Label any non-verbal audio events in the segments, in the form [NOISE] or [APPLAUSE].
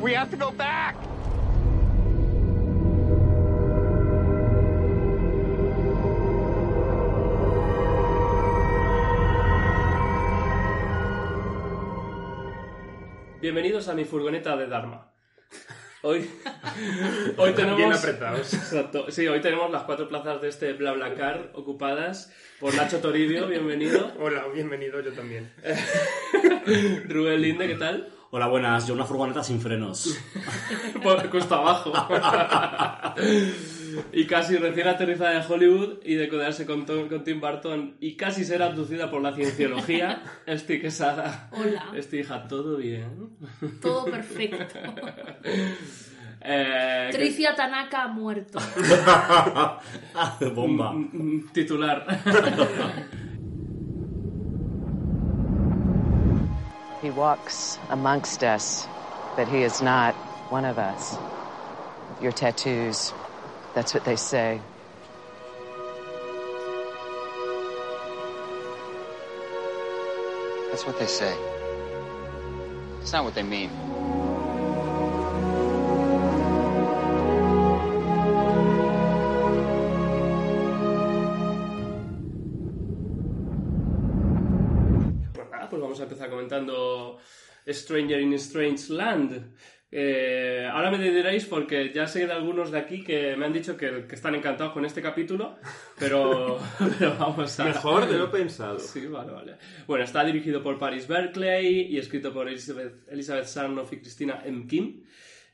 We have to go back. Bienvenidos a mi furgoneta de Dharma. [LAUGHS] Hoy, hoy Bien tenemos. apretados. Exacto. Sí, hoy tenemos las cuatro plazas de este BlaBlaCar ocupadas por Nacho Toribio, bienvenido. Hola, bienvenido yo también. Rubén Linde, ¿qué tal? Hola, buenas. Yo una furgoneta sin frenos. [LAUGHS] Por cuesta abajo. [LAUGHS] y casi recién aterrizada de Hollywood y de codearse con, Tom- con Tim Burton y casi ser abducida por la [LAUGHS] cienciología. Estoy quesada. Hola. Estoy hija, todo bien. Todo perfecto. Eh, que- Tricia Tanaka ha muerto. Bomba. Mm, mm, Titular. He walks amongst us, but he is not one of us. Your tattoos, that's what they say. That's what they say. It's not what they mean. Ah, pues vamos a empezar comentando Stranger in Strange Land. Eh, ahora me diréis porque ya sé de algunos de aquí que me han dicho que, que están encantados con este capítulo, pero, [LAUGHS] pero vamos a... [LAUGHS] Mejor de lo pensado. Sí, vale, vale. Bueno, está dirigido por Paris Berkeley y escrito por Elizabeth, Elizabeth Sarnoff y Cristina M. Kim.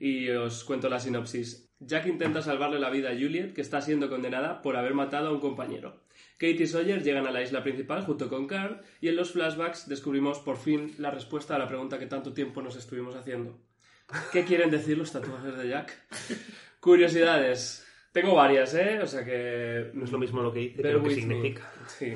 Y os cuento la sinopsis. Jack intenta salvarle la vida a Juliet, que está siendo condenada por haber matado a un compañero. Kate y Sawyer llegan a la isla principal junto con Carl y en los flashbacks descubrimos por fin la respuesta a la pregunta que tanto tiempo nos estuvimos haciendo. ¿Qué quieren decir los tatuajes de [LAUGHS] Jack? Curiosidades. Tengo varias, ¿eh? O sea que... No es lo mismo lo que dice que Bear lo que with me. significa. Sí.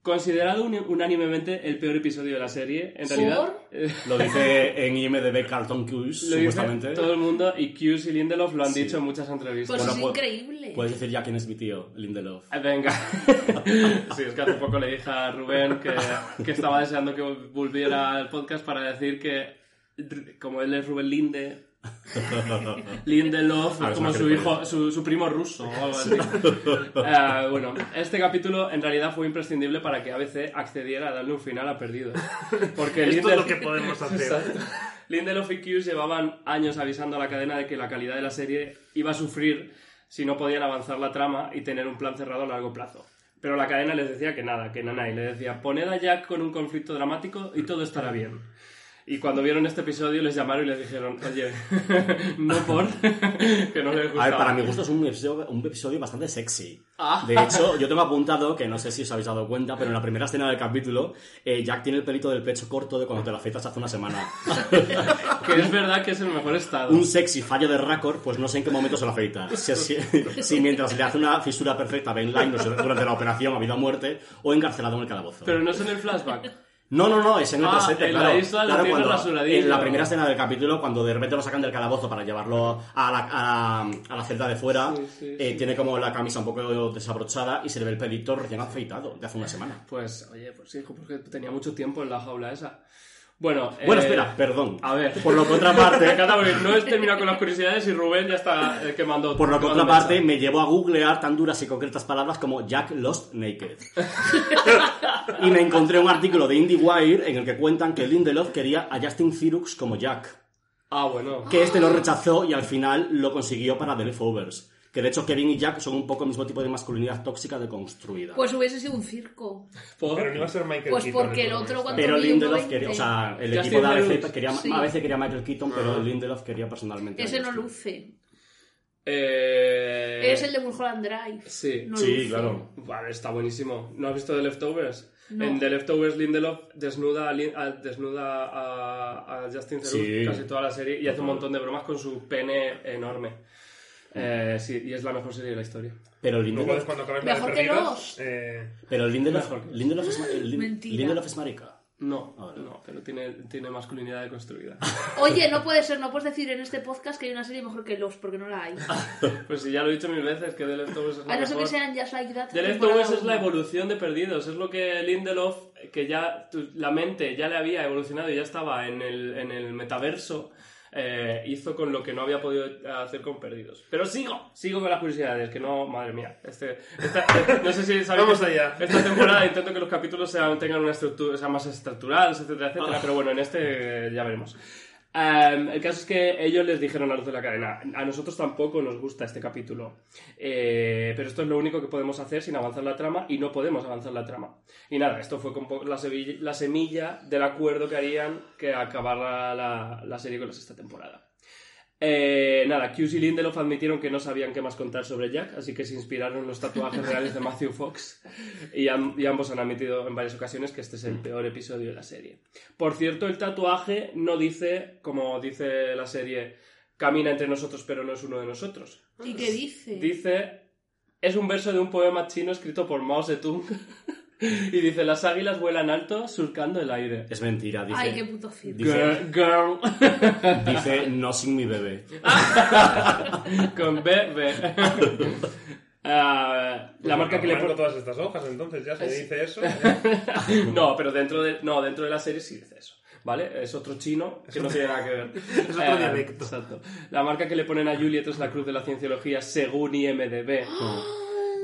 Considerado uni- unánimemente el peor episodio de la serie, en realidad eh, Lo dice en IMDB Carlton Cuse, lo supuestamente. dice todo el mundo y Cuse y Lindelof lo han Sí. dicho en muchas entrevistas. Pues Bueno, es pues- increíble. Puedes decir ya quién es mi tío, Lindelof. Ah, Venga. [LAUGHS] Sí, es que hace poco le dije a Rubén que, que estaba deseando que volviera al podcast para decir que, como él es Rubén [LAUGHS] Linde, Lindelof, A ver, como se su me ha querido hijo, su, su primo ruso o algo así. Eh, bueno, este capítulo en realidad fue imprescindible para que ABC accediera a darle un final a Perdidos. Porque Esto es lo Lindelof- que podemos hacer. Exacto. Lindelof y Hughes llevaban años avisando a la cadena de que la calidad de la serie iba a sufrir si no podían avanzar la trama y tener un plan cerrado a largo plazo. Pero la cadena les decía que nada, que nada, y le decía, poned a Jack con un conflicto dramático y todo estará bien. Y cuando vieron este episodio les llamaron y les dijeron, oye, [LAUGHS] no por, [LAUGHS] que no les gustaba. A ver, para mi gusto es un episodio, un episodio bastante sexy. Ah. De hecho, yo tengo apuntado, que no sé si os habéis dado cuenta, pero en la primera escena del capítulo, eh, Jack tiene el pelito del pecho corto de cuando te lo afeitas hace [LAUGHS] una semana. Que es verdad que es el mejor estado. un sexy fallo de récord, pues no sé en qué momento se lo afeita. Si, si- [LAUGHS] si mientras le hace una fisura perfecta a Ben Line durante la operación, ha habido muerte, o encarcelado en el calabozo. Pero no es en el flashback. No, no, no, es en Ah, otro set, en la claro. isla lo Claro, tiene cuando- rasuradillo. En la primera escena del capítulo, cuando de repente lo sacan del calabozo para llevarlo a la, a la- a la celda de fuera, Sí, sí, eh, tiene como la camisa un poco desabrochada y se le ve el pelito recién afeitado, de hace una semana. Pues, oye, pues hijo, porque tenía mucho tiempo en la jaula esa. Bueno, Bueno, eh, espera, perdón. A ver. Por lo que otra [LAUGHS] parte... Me encanta porque no he terminado con las curiosidades y Rubén ya está eh, quemando. Por lo que quemando otra parte mesa. me llevó a googlear tan duras y concretas palabras como Jack [LAUGHS] Lost Naked. y me encontré un artículo de IndieWire en el que cuentan que Lindelof quería a Justin Cirux como Jack, Ah, bueno. que este lo rechazó y al final lo consiguió para The Leftovers. Que de hecho Kevin y Jack son un poco el mismo tipo de masculinidad tóxica deconstruida. Pues hubiese sido un circo. Por- Pero no iba a ser Michael Pues Keaton, porque el protagonista. otro cuando- pero Tommy Lindelof Lloyd, quería, o eh, sea, el Justin equipo de ABC Roiland. quería, Sí. a veces quería Michael Keaton, pero Lindelof quería personalmente. a Ese no Justin. luce. Eh, Es el de Mulholland Drive. Sí. No Sí, luce. claro. Vale, está buenísimo. ¿No has visto The Leftovers? No. En The Leftovers, Lindelof desnuda a, Lin- a- desnuda a, a Justin Theroux Sí. casi toda la serie y hace un montón de bromas con su pene enorme. Eh, sí, y es la mejor serie de la historia. Pero Luego es Lindelof, cuando acabas la de Mejor que perdidos, los. eh, pero Lindelof, Mejor. Lindelof es, ma- el Lin- Mentira. Lindelof es marica. No, Ah, Ahora. no, pero tiene, tiene masculinidad deconstruida. [LAUGHS] Oye, no puede ser, no puedes decir en este podcast que hay una serie mejor que Lost, porque no la hay. pues sí, ya lo he dicho mil veces, que The Leftovers es la A Ah, no ser que mejor. sean Just Like That. The temporada Leftovers es la uno. evolución de Perdidos, es lo que Lindelof, que ya tu- la mente ya le había evolucionado y ya estaba en el, en el metaverso, eh, hizo con lo que no había podido hacer con Perdidos. Pero sigo, sigo con las curiosidades, que no, madre mía. este- esta- [LAUGHS] no sé si sabéis, Vamos allá. Esta temporada intento que los capítulos sean, tengan una estructura, sean más estructurados, etcétera, Ah. etcétera, pero bueno, en este eh, ya veremos. Am, Em, el caso es que ellos les dijeron a los de la cadena, a nosotros tampoco nos gusta este capítulo, eh, pero esto es lo único que podemos hacer sin avanzar la trama y no podemos avanzar la trama. Y nada, esto fue con po- la, sevilla- la semilla del acuerdo que harían que acabara la, la serie con la sexta temporada. Eh, nada, Cuse y Lindelof admitieron que no sabían qué más contar sobre Jack, así que se inspiraron en los tatuajes reales de Matthew Fox y, am- y ambos han admitido en varias ocasiones que este es el peor episodio de la serie. Por cierto, el tatuaje no dice, como dice la serie, camina entre nosotros pero no es uno de nosotros. ¿Y qué dice? Dice, es un verso de un poema chino escrito por Mao Zedong [LAUGHS] y dice, las águilas vuelan alto surcando el aire. Es mentira, dice. Ay, qué puto circo. dice, Girl, girl. dice, no sin mi bebé. Con B, [LAUGHS] B. Ah, la marca que le arranco pone... todas estas hojas, entonces ya se Pues dice eso. No, pero dentro de, no, dentro de la serie sí dice eso. ¿Vale? Es otro chino que no tiene nada que ver. Es otro dialecto. Exacto. La marca que le ponen a Juliet es la Cruz de la Cienciología según IMDB. Ah.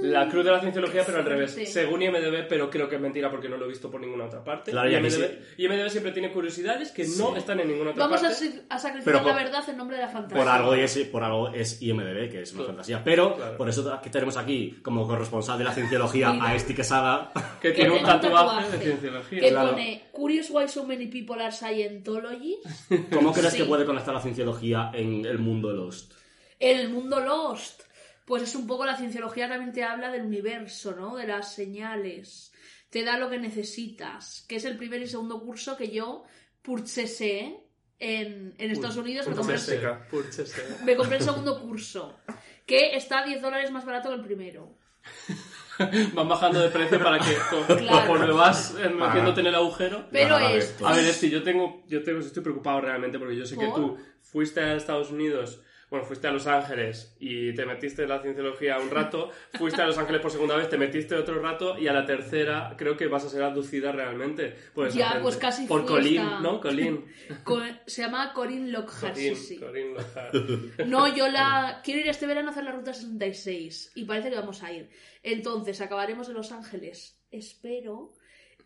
La Cruz de la Cienciología, pero al revés. fuerte. Según IMDB, pero creo que es mentira porque no lo he visto por ninguna otra parte. Claro, ya que IMDB, IMDb siempre tiene curiosidades que no están en ninguna otra Vamos a, parte. si- a Pero sacrificar por- la verdad en nombre de la fantasía. Por algo, es, por algo es IMDB, que es una fantasía. Pero Claro. por eso ta- que tenemos aquí como corresponsal de la cienciología a este Esti Quesada. Que Que tiene un tenga un tatuaje, de tatuaje. Cienciología. Que claro. pone Curious Why So Many People Are Scientologists. ¿Cómo crees Sí. que puede conectar la cienciología en el mundo Lost? El mundo Lost. Pues es un poco la cienciología también te habla del universo, ¿no? De las señales. Te da lo que necesitas. Que es el primer y segundo curso que yo purchasé en, en Estados Unidos. Me compré, Purchase, seca. purchase. me compré el segundo curso. Que está a 10 dólares más barato que el primero. Van bajando de precio para que co- [LAUGHS] Claro. conforme vas eh, metiéndote en el agujero. Pero Nada de es. esto. A ver, Esti, yo tengo, yo tengo, estoy preocupado realmente porque yo sé que ¿Por? tú fuiste a Estados Unidos, bueno, fuiste a Los Ángeles y te metiste en la cienciología un rato, fuiste a Los Ángeles por segunda vez, te metiste otro rato y a la tercera creo que vas a ser abducida realmente. Por esa Ya, gente. pues casi Por fui Colin, esta- ¿no? Colin. [LAUGHS] Con- se llama Corinne Lockhart. Ah, sí, Colin, sí. Colin Lothar. No, yo la quiero ir este verano a hacer la ruta 66 y parece que vamos a ir. Entonces, acabaremos en Los Ángeles, espero.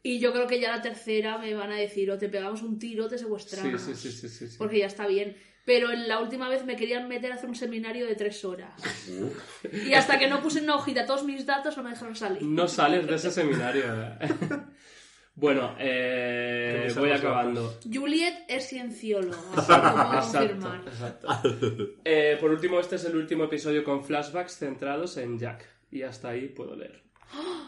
Y yo creo que ya la tercera me van a decir o te pegamos un tiro o te Sí, secuestramos. sí, sí, sí, sí, sí. Porque ya está bien. Pero en la última vez me querían meter a hacer un seminario de tres horas. Y hasta que no puse en una hojita todos mis datos no me dejaron salir. No sales de ese seminario. ¿eh? [LAUGHS] bueno, eh, Que me voy salgas acabando. Juliet es ciencióloga, así como a Exacto, confirmar. exacto. Eh, por último, este es el último episodio con flashbacks centrados en Jack. Y hasta ahí puedo leer.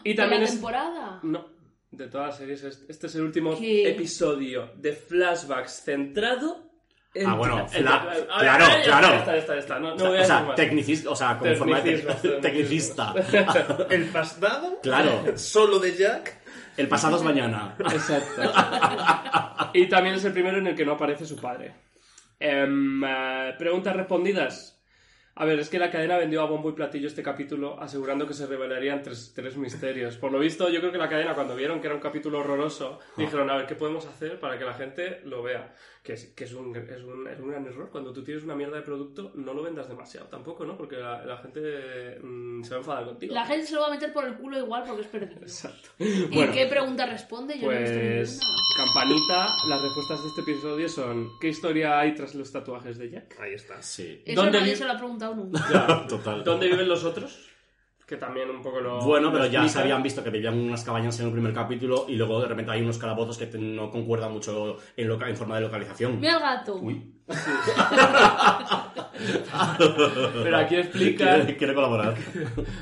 Y ¡Ah! ¿De también la es... temporada? No, de todas las series. es- Este es el último ¿Qué? episodio de flashbacks centrado en Ah, bueno, Jack. fla- En Jack. Ah, claro, ya está, claro. Ya está, ya está, ya está. No, no o voy a sea, o sea, decir más. tecnicis- o sea, como forma de Tecnicismos, tec- tecnicista. [LAUGHS] [LAUGHS] El pasado, Claro. solo de Jack. El pasado es mañana. Exacto. y también es el primero en el que no aparece su padre. Em, eh, preguntas respondidas. A ver, es que la cadena vendió a bombo y platillo este capítulo asegurando que se revelarían tres, tres misterios. Por lo visto, yo creo que la cadena cuando vieron que era un capítulo horroroso, dijeron, a ver, ¿qué podemos hacer para que la gente lo vea? Que es, que es, un, es, un, es un gran error. Cuando tú tienes una mierda de producto, no lo vendas demasiado tampoco, ¿no? Porque la, la gente mm, se va a enfadar contigo. La [LAUGHS] gente se lo va a meter por el culo igual porque es perdido. Exacto. ¿Y qué pregunta responde? Yo no he Pues visto ninguna. campanita, las respuestas de este episodio son ¿qué historia hay tras los tatuajes de Jack? Ahí está. Sí. Eso ¿Dónde nadie vi- se lo ha preguntado contado [LAUGHS] nunca. [LAUGHS] Total. ¿Dónde viven los otros? Que también un poco lo. Bueno, pero lo ya se explican. habían visto que vivían en unas cabañas en el primer capítulo y luego de repente hay unos calabozos que te- no concuerdan mucho en, loca- en forma de localización. Mira el gato. Uy. Pero aquí [LAUGHS] Quiere, explican, quiere colaborar.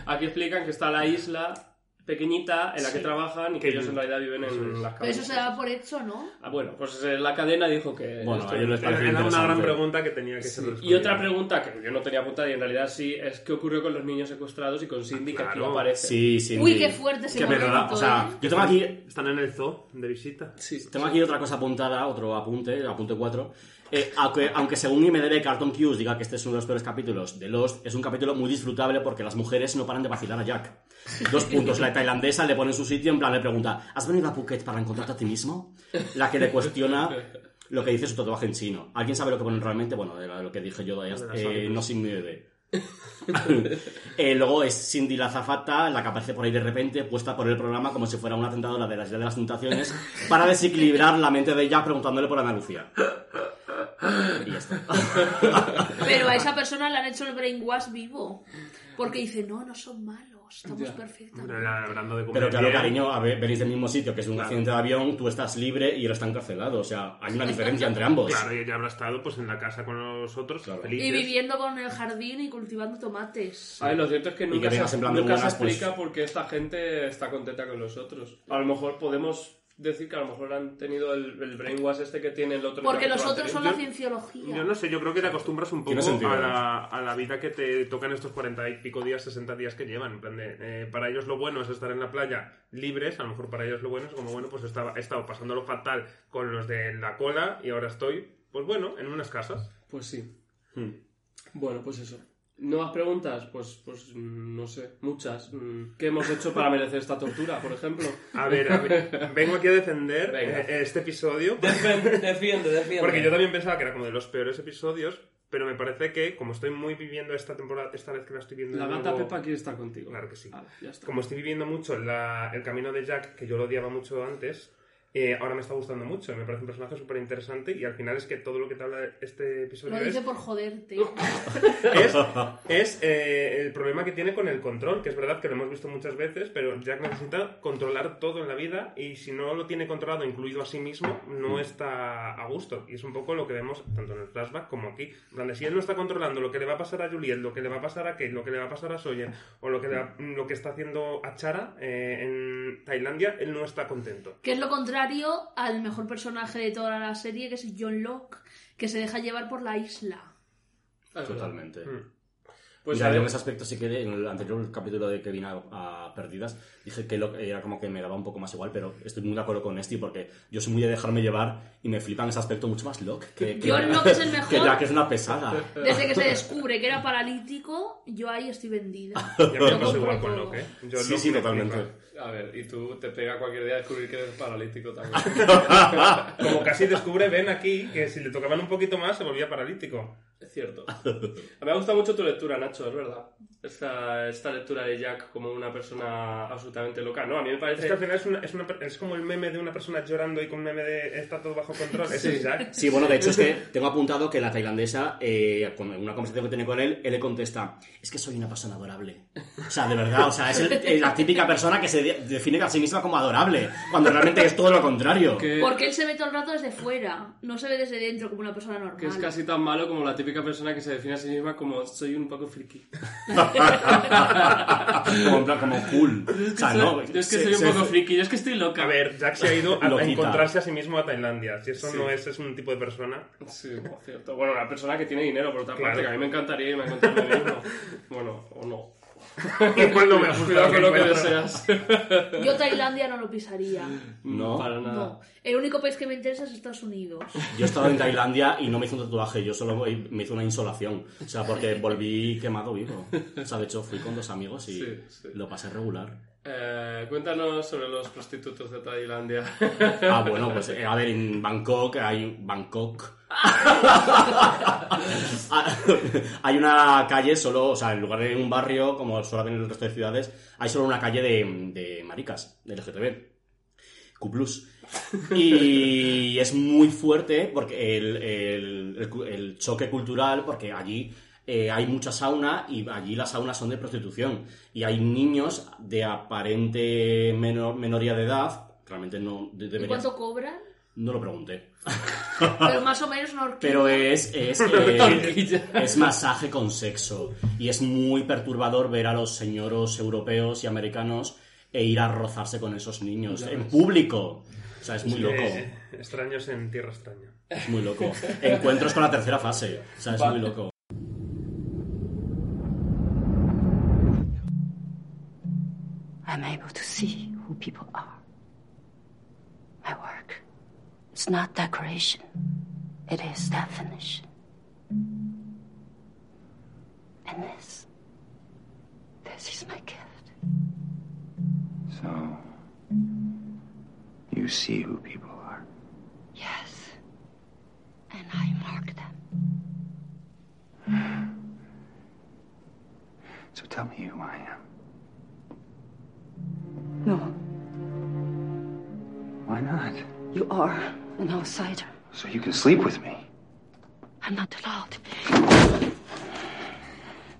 aquí explican que está la isla pequeñita en la que trabajan y que Que- ellos en realidad viven en las Pero cabañas. Pues eso se da por hecho, ¿no? Ah, bueno, pues eh, la cadena dijo que. Bueno, esto- a ellos les Era parece era una gran interesante. pregunta que tenía que ser Y respondida. otra pregunta que yo no tenía apuntada y en realidad sí es qué ocurrió con los niños secuestrados y con Cindy que aquí no Claro. aparece. Sí, sí. Uy, qué fuerte ese Que me lo da- momento, O sea, ¿eh? yo tengo aquí Están en el zoo de visita. Sí, Tengo aquí otra cosa apuntada, otro apunte, apunte 4. aunque, aunque según IMDB Carton Cues diga que este es uno de los peores capítulos de Lost, es un capítulo muy disfrutable porque las mujeres no paran de vacilar a Jack. Dos puntos. La tailandesa le pone en su sitio, en plan le pregunta, ¿has venido a Phuket para encontrarte a ti mismo? La que le cuestiona lo que dice su tatuaje en chino. ¿Alguien sabe lo que ponen realmente? Bueno, era lo que dije yo, de, las eh, órdenes. no sin IMDb. [LAUGHS] Eh, luego es Cindy la azafata, la que aparece por ahí de repente, puesta por el programa como si fuera una tentadora de las Isla de las tentaciones, para desequilibrar la mente de ella preguntándole por Ana Lucía. Y ya está. Pero a esa persona le han hecho el brainwash vivo. Porque dice, no, no son malos, estamos perfectamente. Hablando de comer Pero claro, bien. cariño, a ver, venís del mismo sitio, que es un accidente de avión, tú estás libre y él está encarcelado. O sea, hay una diferencia entre ambos. Claro, y ella habrá estado pues en la casa con los otros, Claro. felices. Y viviendo con el jardín y cultivando tomates. A ver, lo cierto es que que nunca, vengas se, en plan de nunca se buenas, pues- explica por qué esta gente está contenta con los otros. A lo mejor podemos decir que a lo mejor han tenido el, el brainwash este que tiene el otro. Porque los capítulo otros son anterior. la cienciología. Yo no sé, yo creo que te acostumbras un poco Tiene sentido, ¿eh? a, ¿no? la, a la vida que te tocan estos cuarenta y pico días, 60 días que llevan. En plan de, eh, para ellos lo bueno es estar en la playa libres, a lo mejor para ellos lo bueno es como, bueno, pues estaba, he estado pasándolo fatal con los de la cola y ahora estoy, pues bueno, en unas casas. Pues sí. Hmm. Bueno, pues eso. ¿Nuevas preguntas? Pues, pues mm, no sé, muchas. Mm, ¿Qué hemos hecho para merecer esta tortura, por [LAUGHS] ejemplo? A ver, a [LAUGHS] ver, vengo aquí a defender Venga. eh, este episodio. Defiende, defiende, defiende. Porque yo también pensaba que era como de los peores episodios, pero me parece que, como estoy muy viviendo esta temporada, esta vez que la estoy viendo... La de gata nuevo- Pepa quiere estar contigo. Claro que sí. Vale, ya está. como estoy viviendo mucho la- el camino de Jack, que yo lo odiaba mucho antes, eh, ahora me está gustando mucho. Me parece un personaje súper interesante y al final es que todo lo que te habla este episodio Lo es, dice por joderte. [LAUGHS] es, es, eh, el problema que tiene con el control, que es verdad que lo hemos visto muchas veces, pero Jack necesita controlar todo en la vida y si no lo tiene controlado, incluido a sí mismo, Mm. no está a gusto. Y es un poco lo que vemos tanto en el flashback como aquí. Donde si él no está controlando lo que le va a pasar a Juliet, lo que le va a pasar a Kate, lo que le va a pasar a Sawyer o lo que, le va- mm, lo que está haciendo a Chara eh, en Tailandia, él no está contento. Que es lo contrario al mejor personaje de toda la serie, que es John Locke, que se deja llevar por la isla. Ah, es verdad. Totalmente. Pues Ya, a yo ver, en ese aspecto sí que en el anterior capítulo de que vine a, a Perdidas dije que lo- era como que me daba un poco más igual, pero estoy muy de acuerdo con Esti porque yo soy muy de dejarme llevar y me flipa en ese aspecto mucho más Locke. Que, que, Yo Locke es el [LAUGHS] mejor. Que ya que es una [LAUGHS] pesada. Desde que se descubre que era paralítico, yo ahí [LAUGHS] estoy vendida. Ya Lo me pasa compro igual con todo. Locke. ¿eh? Yo Sí, Locke sí, me totalmente. flipa. a ver, y tú te pega cualquier día descubrir que eres paralítico [LAUGHS] también. Como casi descubre Ben aquí que si le tocaban un poquito más se volvía paralítico. Es cierto. [LAUGHS] Me ha gustado mucho tu lectura, Nacho, es verdad. Esta, esta lectura de Jack como una persona absolutamente loca, ¿no? A mí me Es que al parece... final es, una- es una per- es como el meme de una persona llorando y con meme de está todo bajo control. Ese es Jack. Sí, bueno, de hecho es que tengo apuntado que la tailandesa, eh, con una conversación que tiene con él, él le contesta, es que soy una persona adorable. O sea, de verdad, o sea, es, el- es la típica persona que se de- define a sí misma como adorable, cuando realmente es todo lo contrario. Que, Porque él se ve todo el rato desde fuera, no se ve desde dentro como una persona normal. que es casi tan malo como la típica persona que se define a sí misma como soy un poco [LAUGHS] friki. [LAUGHS] como, en plan, como cool. O sea, [LAUGHS] no, Yo es que se- soy un se- poco friki, yo es que estoy loca. A ver, Jack se ha ido a, a Loquita. encontrarse a sí mismo a Tailandia. Si eso Sí. no es, es un tipo de persona. Sí, por cierto. Bueno, una persona que tiene dinero, por otra Claro. parte, que a mí me encantaría irme a encontrarme mismo. Bueno, o [LAUGHS] no. Igual no me gusta [LAUGHS] Cuidado lo con lo que que encuentro. [LAUGHS] deseas. Yo Tailandia no lo [LAUGHS] pisaría. No. Para nada. No. El único país que me interesa es Estados Unidos. Yo he estado en Tailandia y no me hice un tatuaje, yo solo me hice una insolación. O sea, porque volví quemado vivo. O sea, de hecho fui con dos amigos y Sí, sí. lo pasé regular. Eh, cuéntanos sobre los prostitutos de [LAUGHS] Tailandia. Ah, bueno, pues eh, a ver, en Bangkok hay Bangkok. Ah, [LAUGHS] hay una calle solo, o sea, en lugar de un barrio, como suele haber en el resto de ciudades, hay solo una calle de, de maricas, de LGTB. Q+. Y es muy fuerte porque el, el- el cu- el choque cultural, porque allí eh, hay mucha sauna y allí las saunas son de prostitución. Y hay niños de aparente menor, menoría de edad, realmente no de- ¿Y debería... cuánto cobran? No lo pregunté. Pero más o menos una horquilla. Pero es, [LAUGHS] es, eh, es masaje con sexo. Y es muy perturbador ver a los señoros europeos y americanos e ir a rozarse con esos niños en público. O sea, es muy loco. Eh, extraños en tierra extraña. Es muy loco. Encuentros con la tercera fase. O sea, es muy loco. I'm able to see who people are. My work. It's not decoration, it is definition. And this. This is my gift. So, you see who people are. Yes. And I mark them. [SIGHS] So tell me who I am. No, Why not? you are an outsider. So you can sleep with me. I'm not allowed.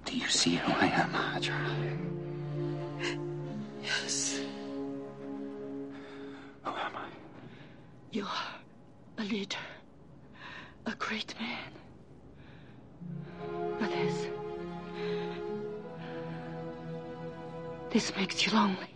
Do you see who I am, Hydra? Yes. Who am I? You are a leader, a great man. But this. This makes you lonely.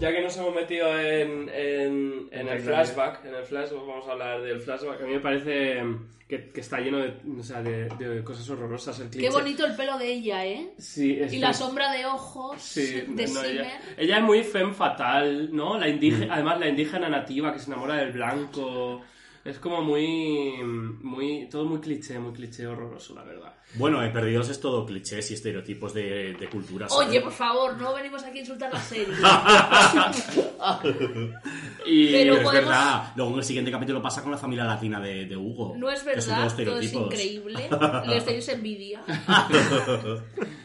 Ya que nos hemos metido en, en, en el Entendible. flashback, en el flashback vamos a hablar del flashback. A mí me parece que, que está lleno de, o sea, de, de cosas horrorosas el cliché. Qué bonito el pelo de ella, ¿eh? Sí, es Y la es- sombra de ojos sí, no, de Zimmer. ella, ella es muy femme fatal, ¿no? La indígena, Además, la indígena nativa que se enamora del blanco. Es como muy, muy... Todo muy cliché, muy cliché horroroso, la verdad. Bueno, en Perdidos es todo clichés y estereotipos de, de culturas. Oye, por favor, no venimos aquí a insultar la [LAUGHS] serie. [LAUGHS] Y Pero es podemos- verdad. Luego en el siguiente capítulo pasa con la familia latina de, de Hugo. No es que son todos verdad, todo es estereotipos. [LAUGHS] increíble. Les tenéis envidia.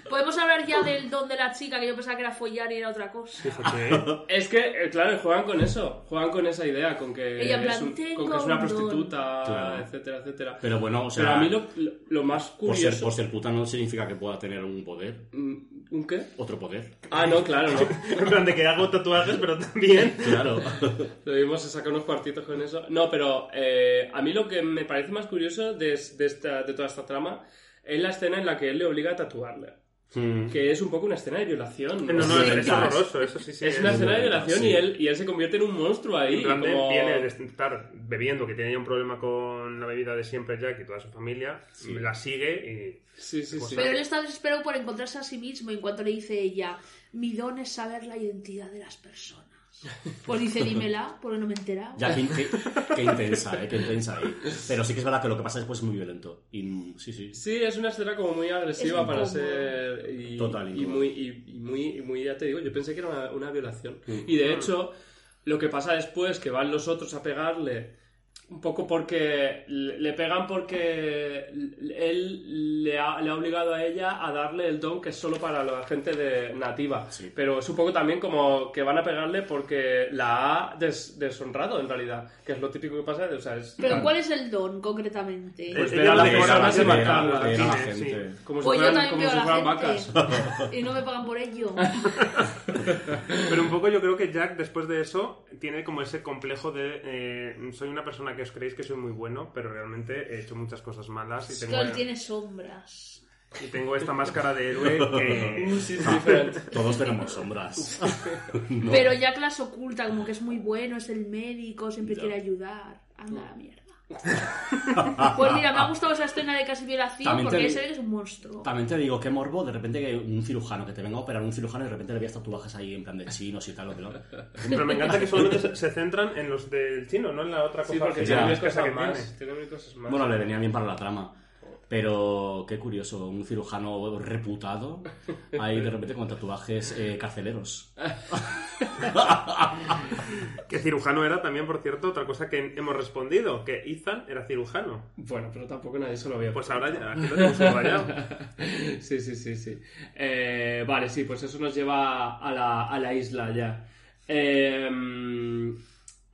Podemos hablar ya del don de la chica que yo pensaba que era follar y era otra cosa. Fíjate, [LAUGHS] ¿eh? Es que, eh, claro, juegan con eso. Juegan con esa idea, con que, Ella en plan, es, un- con "Tengo que es una un don". prostituta, Claro. etcétera, etcétera. Pero, [LAUGHS] Pero bueno, o sea, a mí lo, lo- lo más por, curioso... ser, por ser puta no significa que pueda tener un poder. Mm, ¿Un qué? Otro poder. Ah, no, claro, [LAUGHS] no. En plan de que hago tatuajes, [LAUGHS] pero también. Claro. Lo vimos, se saca unos cuartitos con eso. No, pero eh, a mí lo que me parece más curioso de, es- de esta- de toda esta trama es la escena en la que él le obliga a tatuarle. Mm. Que es un poco una escena de violación. No, no, Sí, es, es claro. horroroso, eso sí, sí. Es una escena de violación sí. y, él, y él se convierte en un monstruo ahí. En plan de como- viene de estar bebiendo, que tenía un problema con la bebida de siempre Jack y toda su familia, la sigue y... Sí, sí, sí. Pero él está desesperado por encontrarse a sí mismo. En cuanto le dice ella, mi don es saber la identidad de las personas. Pues dice, dímela, porque no me he enterado. Ya, qué, qué- qué intensa, ¿eh? Qué intensa. ¿eh? Pero sí que es verdad que lo que pasa después es muy violento. Y mm, sí, sí. Sí, es una escena como muy agresiva Es para incómodo. ser. Y, Total, y incómodo. muy, y, y muy, y muy, ya te digo, yo pensé que era una, una violación. Y de hecho, lo que pasa después, que van los otros a pegarle, un poco porque. Le le pegan porque l- él le ha, le ha obligado a ella a darle el don que es solo para la gente de, nativa. Sí. Pero es un poco también como que van a pegarle porque la ha des- deshonrado en realidad, que es lo típico que pasa. O sea, es. Pero ¿cuál es el don concretamente? Pues Eh, ver a la ella lo persona decora, más ella lo macabra, decora, Era la sí, sí. gente. Como si Pues yo fueran, también como veo si a fueran la vacas. gente. Y no me pagan [LAUGHS] por ello. Pero un poco yo creo que Jack, después de eso, tiene como ese complejo de eh, soy una persona que os creéis que soy muy bueno, pero realmente he hecho muchas cosas malas y Es tengo, que él tiene sombras. y tengo esta máscara de héroe [LAUGHS] que... Sí, es diferente. Todos tenemos sombras. No. Pero Jack las oculta, como que es muy bueno, es el médico, siempre Ya. quiere ayudar. Anda a [LAUGHS] la mierda. Pues mira, me ha gustado esa escena de casi violación También te porque ahí vi- se ve que es un monstruo. También te digo, qué morbo de repente que un cirujano que te venga a operar un cirujano y de repente le veas tatuajes ahí en plan de chinos y tal o que no. Pero me encanta que solamente se- se centran en los del chino, no en la otra [LAUGHS] cosa Sí, porque que tiene ya. mil es cosas que más. Tiene mil cosas más. Bueno, le venía bien para la trama. Pero qué curioso, un cirujano reputado ahí de repente con tatuajes eh, carceleros. tiene. Que cirujano era también, por cierto, otra cosa que hemos respondido, que Ethan era cirujano. Bueno, pero tampoco nadie se lo había Pues ahora ya, aquí lo tenemos subrayado. [LAUGHS] sí, sí, sí, sí. Eh, vale, sí, pues eso nos lleva a la, a la isla ya. Eh,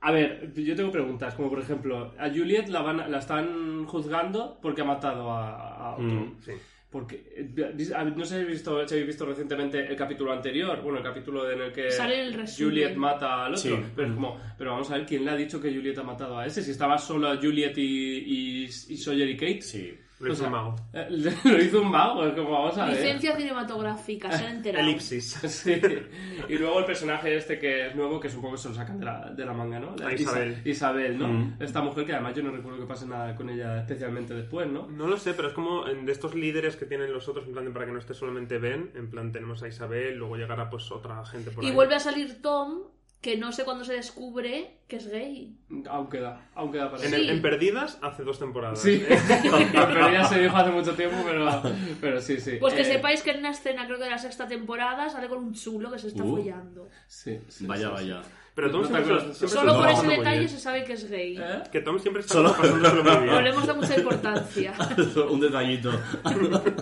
A ver, yo tengo preguntas, como por ejemplo, a Juliet la, van, la están juzgando porque ha matado a, a otro. Mm, sí. Porque, eh, a- no sé si habéis, visto, si habéis visto recientemente el capítulo anterior, bueno, el capítulo en el que Sale el resumen. Juliet mata al otro. Sí. Pero es como, pero vamos a ver quién le ha dicho que Juliet ha matado a ese, si estaba solo Juliet y, y, y Sawyer y Kate. Sí. Lo hizo O sea, un mago. eh, [LAUGHS] Lo hizo un mago, es como vamos a ver. Licencia cinematográfica, se han enterado. Elipsis. [LAUGHS] Sí. Y luego el personaje este que es nuevo, que supongo que se lo sacan de la, de la manga, ¿no? La A Ah, Isabel. Isabel, ¿no? Mm. Esta mujer que además yo no recuerdo que pase nada con ella especialmente después, ¿no? No lo sé, pero es como en- de estos líderes que tienen los otros, en plan, de para que no esté solamente Ben, en plan, tenemos a Isabel, luego llegará pues otra gente por Y ahí. vuelve a salir Tom, que no sé cuándo se descubre que es gay. Aún queda, aún queda para en, eso. el- en Perdidas hace dos temporadas. [LAUGHS] Sí, ¿eh? [LAUGHS] pero ya se dijo hace mucho tiempo, pero, pero sí, sí. Pues que Eh, sepáis que en una escena, creo que de la sexta temporada, sale con un chulo que se está Uh. follando. sí, sí, Vaya, sí, sí. vaya. Pero Tom No te siempre, se lo- acuerdas. siempre se lo Solo está por ese pasando muy detalle bien. se sabe que es gay. ¿Eh? Que Tom siempre está Solo- pasándoselo muy [LAUGHS] bien. Hablemos de mucha importancia. [LAUGHS] [LAUGHS] Un detallito.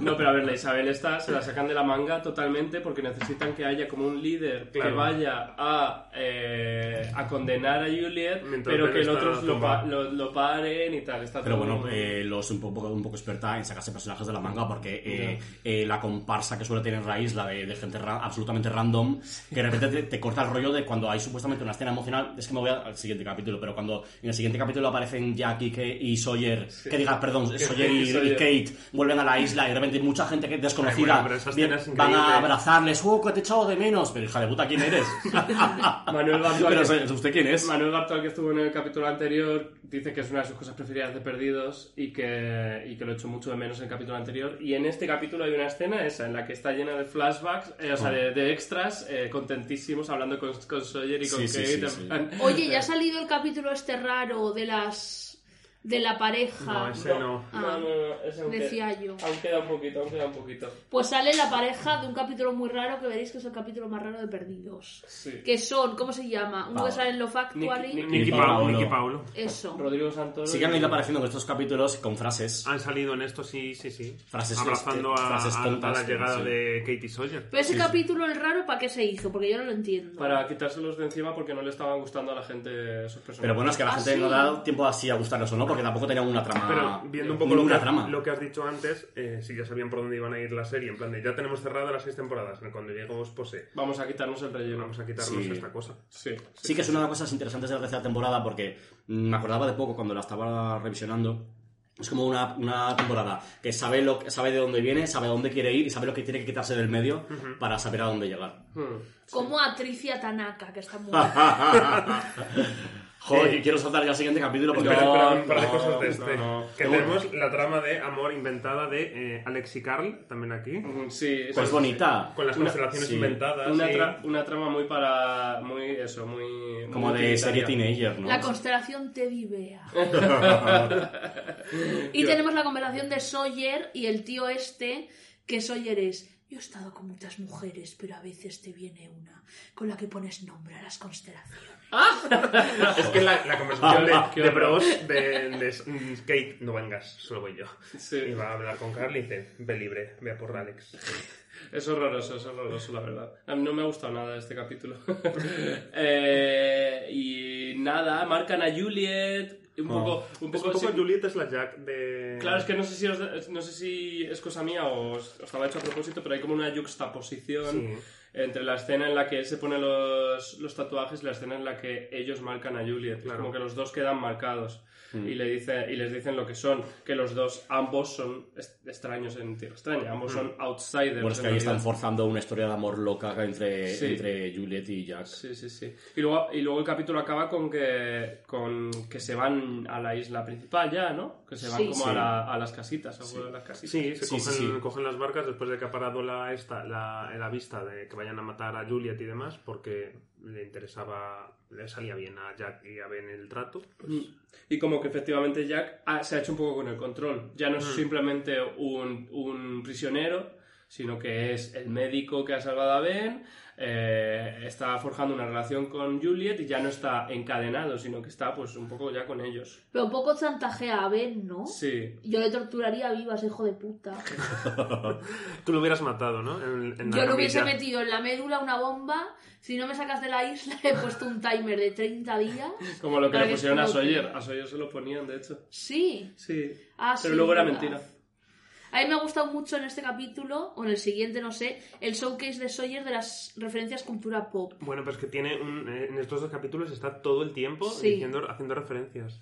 No, pero a ver, la Isabel esta se la sacan de la manga totalmente porque necesitan que haya como un líder que Claro. vaya a, eh, a condenar a Juliet, Mientras pero Ben que el está otro lo, pa- tumbado. lo, lo paren y tal. Está Pero todo bueno, muy- eh, los un poco, un poco experta en sacarse personajes de la manga porque eh, eh, la comparsa que suele tener Raíz, la de, de gente ra- absolutamente random, que de repente te, te corta el rollo de cuando hay supuestamente una escena emocional, es que me voy al siguiente capítulo, pero cuando en el siguiente capítulo aparecen Jack y, Ke- y Sawyer, que digas, perdón, Sawyer y, Sawyer. y Kate, vuelven a la isla y de repente hay mucha gente que es Ay, desconocida bueno, pero esa bien, escena es van a increíble. abrazarles, ¡uh, que te he echado de menos! Pero hija de puta, ¿quién eres? [LAUGHS] Manuel Bartual, pero ¿es ¿usted quién es? Manuel Bartual, que estuvo en el capítulo anterior, dice que es una de sus cosas preferidas de Perdidos y que, y que lo echó mucho de menos en el capítulo anterior. Y en este capítulo hay una escena esa, en la que está llena de flashbacks, eh, o Oh. sea, de, de extras, eh, contentísimos, hablando con, con Sawyer y con Kate. Sí, sí, sí, en sí. plan- Oye, ya ha salido el capítulo este raro de las. de la pareja. No, ese no. No, no, no, es aún Ah, Decía queda- yo. Aún queda un poquito, aún queda un poquito. Pues sale la pareja de un capítulo muy raro que veréis que es el capítulo más raro de Perdidos. Sí. Que son, ¿cómo se llama? Ah. Uno que Paolo. sale en Lo Factuary. Nick- Nicky Nicky Paolo. Paolo. Nicky Paolo. Eso. Rodrigo Santoro. Sí que han ido apareciendo en estos capítulos con frases. Han salido en esto, sí, sí, sí. Frases Abrazando este- a, frases a- a tontas, la llegada sí. de Katie Sawyer. Pero ese capítulo, el raro, ¿para qué se hizo? Porque yo no lo entiendo. Para quitárselos de encima porque no le estaban gustando a la gente sus personajes. Pero bueno, es que a la Ah, gente sí. no le ha dado tiempo así a gustarles o no, porque tampoco tenían una trama. Pero Ah, eh, viendo un poco lo ninguna que, trama. lo que has dicho antes, eh, si ya sabían por dónde iban a ir la serie, en plan de ya tenemos cerrada las seis temporadas, cuando lleguemos posee, Vamos a quitarnos el relleno. vamos a quitarnos Sí. esta cosa. Sí, Sí que es una de las cosas interesantes de la tercera temporada, porque mm, me acordaba de poco cuando la estaba revisionando. Es como una, una temporada que sabe, lo, que- sabe de dónde viene, sabe a dónde quiere ir y sabe lo que tiene que quitarse del medio para saber a dónde [LAUGHS] llegar. Hmm. Como a Tricia Tanaka, que está muy. [LAUGHS] Joder, quiero saltar ya al siguiente capítulo porque Eh, oh, Espera, espera, un par de no, cosas de este. no, no. Que tenemos la trama de amor inventada de eh, Alex y Carl, también aquí. Mm, Sí, eso Pues sí. bonita. Con las Una- constelaciones sí. inventadas. Una, y- tra- una trama muy para. Muy. Eso, muy. Como muy de serie utilitaria. teenager, ¿no? La constelación [LAUGHS] Teddy Bea. y tenemos la conversación de Sawyer y el tío este, que Sawyer es. Yo he estado con muchas mujeres, pero a veces te viene una con la que pones nombre a las constelaciones. [LAUGHS] Es que la, la conversación Ah, qué de, de horror. bros de, de- mm, Kate, no vengas, solo voy yo. Sí. Y va a hablar con Carl y dice, ve libre, ve a por Alex. Es horroroso, es horroroso, la verdad. A mí no me ha gustado nada este capítulo. Eh, y nada, marcan a Juliet. Un poco. Un Es poco, un poco sí, Juliet es la Jack de... Claro, es que no sé si, os- no sé si es cosa mía o os, os lo ha hecho a propósito, pero hay como una juxtaposición Sí. entre la escena en la que él se pone los, los tatuajes y la escena en la que ellos marcan a Juliet. Es Claro. como que los dos quedan marcados y, le dice, y les dicen lo que son, que los dos, ambos son es- extraños en Tierra Extraña, ambos son outsiders. Bueno, es que en ahí realidad. están forzando una historia de amor loca entre, Sí. entre Juliet y Jack. Sí, sí, sí. Y luego, y luego el capítulo acaba con que, con que se van a la isla principal ya, ¿no? Que se van Sí. como A, Sí. la- a las casitas, a alguna de las casitas. Sí, se Sí, cogen, sí, sí. cogen las barcas después de que ha parado la, esta, la, eh, la vista de que vayan a matar a Juliet y demás, porque le interesaba, le salía bien a Jack y a Ben el trato. pues, Y como que efectivamente Jack ha- se ha hecho un poco con el control. Ya no es simplemente un, un prisionero, sino que es el médico que ha salvado a Ben, eh, está forjando una relación con Juliet y ya no está encadenado, sino que está pues un poco ya con ellos. Pero un poco chantajea a Ben, ¿no? Sí. Yo le torturaría viva ese hijo de puta. Tú lo hubieras matado, ¿no? En- en la Yo le camilla. hubiese metido en la médula una bomba. Si no me sacas de la isla, [LAUGHS] he puesto un timer de 30 días. Como lo que para le pusieron a explote. Sawyer. A Sawyer se lo ponían, de hecho. Sí. Sí. Ah, Pero sí, luego era verdad. mentira. A mí me ha gustado mucho en este capítulo, o en el siguiente, no sé, el showcase de Sawyer de las referencias cultura pop. Bueno, pues que tiene un, eh, en estos dos capítulos está todo el tiempo Sí. diciendo, haciendo referencias.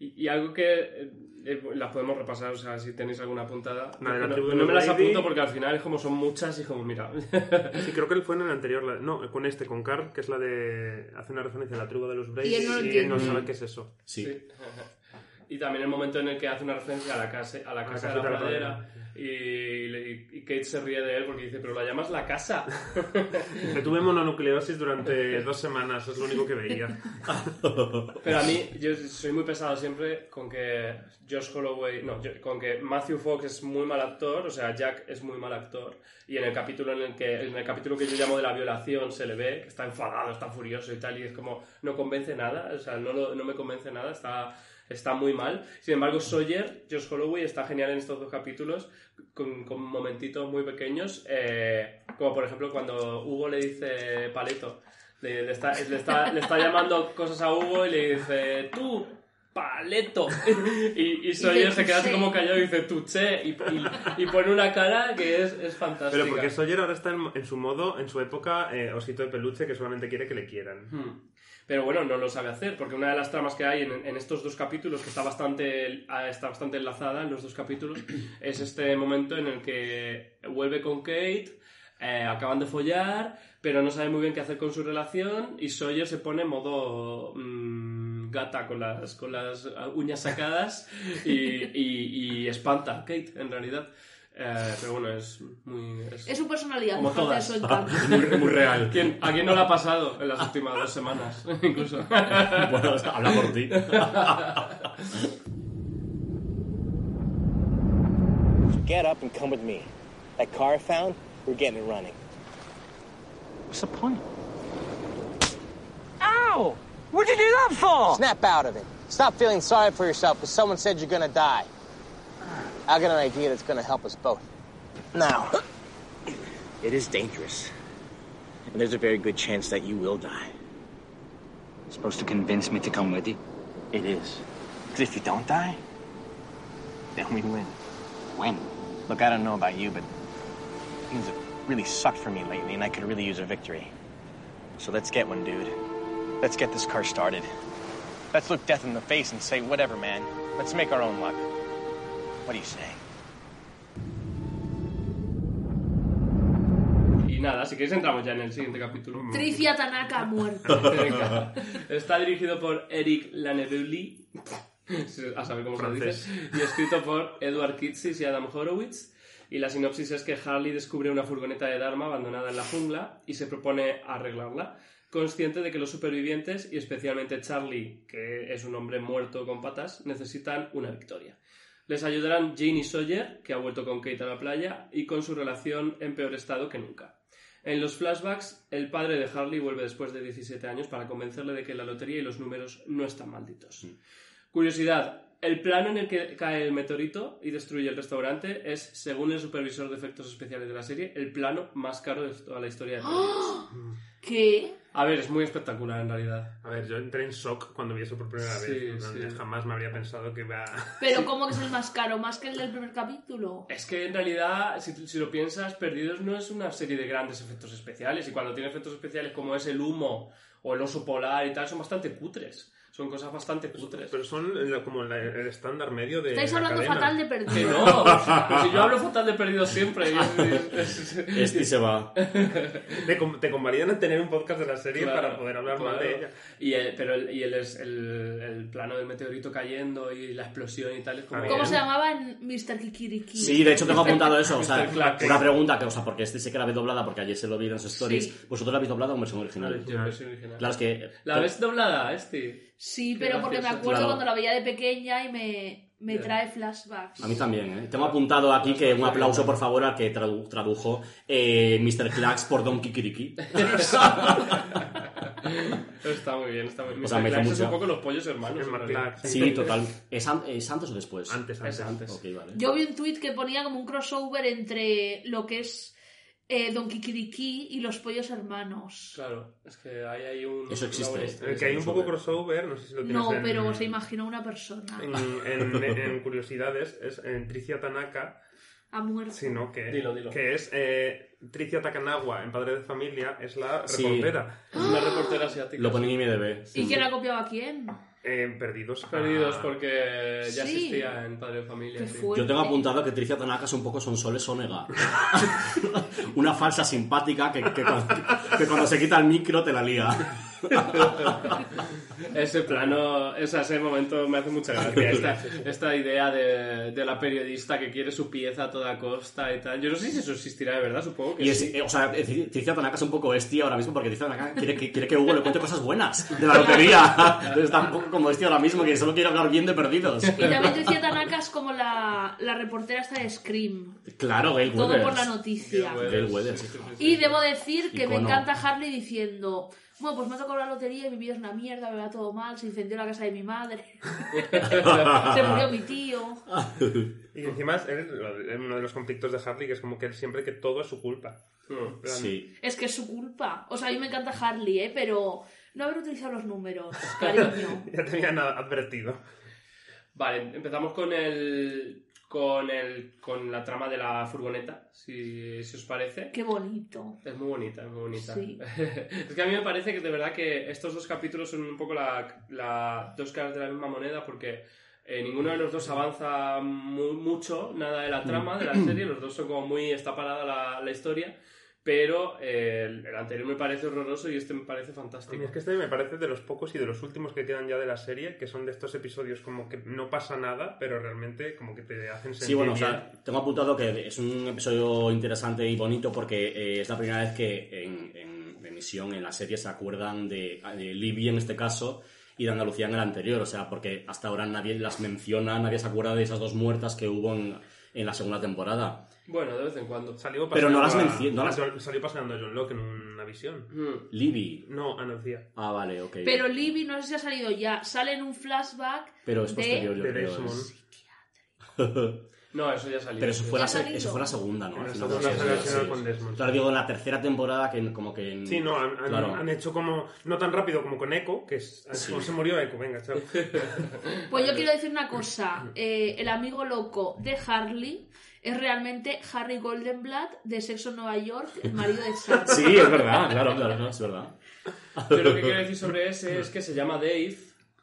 Y, y algo que eh, eh, las podemos repasar, o sea, si tenéis alguna apuntada. La de la no, tribu de no los me las Brady. apunto porque al final es como son muchas y es como, mira. [LAUGHS] Sí, creo que él fue en el anterior, la- no, con este, con Carl, que es la de... hace una referencia a la tribu de los Braves Y él no lo entiende. sabe qué es eso. Sí. Sí. Y también el momento en el que hace una referencia a la casa, a la casa de casita la de la pradera y, le- y Kate se ríe de él porque dice, pero la llamas la [LAUGHS] casa. Que tuve mononucleosis durante dos semanas, es lo único que veía. Pero a mí, yo soy muy pesado siempre con que Josh Holloway, no, yo- con que Matthew Fox es muy mal actor, o sea, Jack es muy mal actor, y en el capítulo en el que, en el capítulo que yo llamo de la violación se le ve que está enfadado, está furioso y tal, y es como, no convence nada, o sea, no, lo- no me convence nada, está, está muy mal. Sin embargo, Sawyer, Josh Holloway, está genial en estos dos capítulos, con, con momentitos muy pequeños, eh, como por ejemplo cuando Hugo le dice paleto. Le, le está, le está- le está llamando cosas a Hugo y le dice, tú, paleto. [LAUGHS] Y, y Sawyer se queda así "Tuché". como callado y dice, tú, che. Y, y- y pone una cara que es, es fantástica. Pero porque Sawyer ahora está en, en su modo, en su época, eh, osito de peluche que solamente quiere que le quieran. Hmm. Pero bueno, no lo sabe hacer, porque una de las tramas que hay en, en estos dos capítulos, que está bastante, ah, está bastante enlazada en los dos capítulos, es este momento en el que vuelve con Kate, eh, acaban de follar, pero no sabe muy bien qué hacer con su relación, y Sawyer se pone en modo mm, gata con las, con las ah, uñas sacadas y, y- y espanta a Kate, en realidad. Eh, pero bueno, es muy... es- Es su personalidad, como aparte de todas. su encanto. [LAUGHS] Muy, muy real. ¿Quién- ¿A quién no le ha pasado en las últimas dos semanas? Incluso. [LAUGHS] Bueno, está- habla por ti. [LAUGHS] Get up and come with me. That car I found, we're getting it running. What's the point? Ow! What'd you do that for? Snap out of it. Stop feeling sorry for yourself because someone said you're gonna die. I got an idea that's gonna help us both. Now, it is dangerous. And there's a very good chance that you will die. Supposed to convince me to come with you? It is. Because if you don't die, then we win. When? Look, I don't know about you, but things have really sucked for me lately, and I could really use a victory. So let's get one, dude. Let's get this car started. Let's look death in the face and say, whatever, man. Let's make our own luck. What do you say? Y nada, si queréis entramos ya en el siguiente capítulo. Tricia Tanaka ha muerto. Venga. Está dirigido por Eric Laneveuli, a saber cómo se Francés. dice, y escrito por Edward Kitsis y Adam Horowitz. Y la sinopsis es que Harley descubre una furgoneta de Dharma abandonada en la jungla y se propone arreglarla, consciente de que los supervivientes, y especialmente Charlie, que es un hombre muerto con patas, necesitan una victoria. Les ayudarán Jane y Sawyer, que ha vuelto con Kate a la playa, y con su relación en peor estado que nunca. En los flashbacks, el padre de Harley vuelve después de 17 años para convencerle de que la lotería y los números no están malditos. Curiosidad, el plano en el que cae el meteorito y destruye el restaurante es, según el supervisor de efectos especiales de la serie, el plano más caro de toda la historia de Netflix. ¿Qué? A ver, es muy espectacular en realidad. A ver, yo entré en shock cuando vi eso por primera Sí, vez. Realmente sí. Jamás me habría pensado que iba a... Pero ¿cómo que es el más caro? ¿Más que el del primer capítulo? Es que en realidad, si, si lo piensas, Perdidos no es una serie de grandes efectos especiales. Y cuando tiene efectos especiales como es el humo o el oso polar y tal, son bastante cutres. Son cosas bastante cutres. Pero son la- como la- el estándar medio de. Estáis la hablando cadena. fatal de Que perdido. [LAUGHS] no, pero si yo hablo fatal de perdido siempre. y es- es- es- Este se va. Te, con- te convalidan a tener un podcast de la serie Claro, para poder hablar mal claro. de ella. Y el, pero el, y el, es- el- el plano del meteorito cayendo y la explosión y tal. Es como, Está Ah, ¿Cómo bien. se llamaba en Mr. Kikiriki? Sí, de hecho tengo apuntado eso. O sea, Mr. Clark. una pregunta que, o sea, porque este sí que la ve doblada, porque ayer se lo vi en sus stories. Sí. ¿Vosotros la habéis doblada o en versión original? Yo, versión original. Claro, es que. ¿La ves doblada, este? Sí, Qué pero porque me gracioso. acuerdo Claro. cuando la veía de pequeña y me... me trae flashbacks. A mí también, ¿eh? Tengo apuntado aquí que un aplauso, por favor, al que tradu- tradujo eh, Mr. Clax por Don Kikiriki. Está muy bien, está muy bien. O sea, Mr. me hizo Clark es mucho- un poco los pollos hermanos. en realidad. Eh, Sí, total. ¿Es, an- es antes o después? Antes, antes. antes. Ok, vale. Yo vi un tweet que ponía como un crossover entre lo que es eh, Don Kikiriki y los pollos hermanos. Claro, es que ahí hay un... Eso existe. una buena historia. El que hay un poco crossover, no sé si lo tienes No, en- pero se imaginó una persona. en, en- en curiosidades, es en Tricia Tanaka, Ha muerto. sino que, Dilo, dilo. que es eh, Tricia Takanawa, en Padre de Familia, es la Sí. reportera. Es Una reportera asiática. Lo ponen en IMDB. ¿Y quién la copiaba a quién? Ah, En Eh, Perdidos. Perdidos Ah, porque ya Sí. existía en Padre de Familia. Qué sí. fuerte. Yo tengo apuntado que Tricia Tanaka es un poco Sonsoles Onega. [LAUGHS] Una falsa simpática que, que cuando, que cuando se quita el micro te la lía. Ese plano, o sea, ese momento me hace mucha gracia. Esta, esta idea de, de la periodista que quiere su pieza a toda costa y tal. Yo no sé si eso existirá de verdad, supongo que Y es, sí. eh, o sea, eh, Tricia Tanaka es un poco bestia ahora mismo porque Tricia Tanaka quiere que, quiere que Hugo le cuente cosas buenas de la lotería. [LAUGHS] Entonces está un poco como bestia ahora mismo que solo quiere hablar bien de perdidos. Y también decía Tanaka es como la, la reportera esta de Scream. Claro, Gail Todo Weathers. por la noticia. Gail Weathers, Gail Weathers. sí, sí, sí, sí. Y debo decir que me Icono. encanta Harley diciendo, bueno, pues me ha tocado la lotería y mi vida es una mierda, me va todo mal, se incendió la casa de mi madre, [LAUGHS] [LAUGHS] se murió mi tío. Y encima es él, lo- es uno de los conflictos de Harley, que es como que él siempre que todo es su culpa. En plan, Sí. Es que es su culpa. O sea, a mí me encanta Harley, ¿eh? Pero no haber utilizado los números, cariño. [LAUGHS] Ya te habían advertido. Vale, empezamos con el con el con la trama de la furgoneta, si, si os parece. Qué bonito. Es muy bonita, es muy bonita. Sí. [LAUGHS] es que a mí me parece que de verdad que estos dos capítulos son un poco la, la- dos caras de la misma moneda porque eh, ninguno de los dos avanza mu- mucho, nada de la trama de la Mm. serie, los dos son como muy está parada la, la historia, pero eh, el, el anterior me parece horroroso y este me parece A mí fantástico. es que este me parece de los pocos y de los últimos que quedan ya de la serie, que son de estos episodios como que no pasa nada, pero realmente como que te hacen sentir Sí, bueno, o bien. sea, tengo apuntado que es un episodio interesante y bonito porque eh, es la primera vez que en, en emisión en la serie se acuerdan de, de Libby en este caso y de Andalucía en el anterior, o sea, porque hasta ahora nadie las menciona, nadie se acuerda de esas dos muertas que hubo en, en la segunda temporada. Bueno, de vez en cuando. Salió Pero paseando no las a- menciono, no las- Ah, John- Salió paseando a John Locke en una visión. Mm. Libby. No, anuncia. Ah, vale, ok. Pero Libby, no sé si ha salido ya, sale en un flashback Pero es de- posterior, yo de creo. Desmond. es- No, eso ya salió. Pero eso sí. fue, la, Ya se- salido. eso fue la segunda, ¿no? En la Al final, segunda sí, se sí, relaciona sí. con Desmond. Claro, digo, en la tercera temporada que como que... Sí, no, han, han- Claro. han hecho como... No tan rápido como con Echo, que es... es como se murió Echo, venga, chao. Pues yo quiero decir una cosa. eh, el amigo loco de Harley es realmente Harry Goldenblatt de Sexo en Nueva York, el marido de Sam. Sí, es verdad, claro, claro, no, es verdad. Pero lo que quiero decir sobre ese es que se llama Dave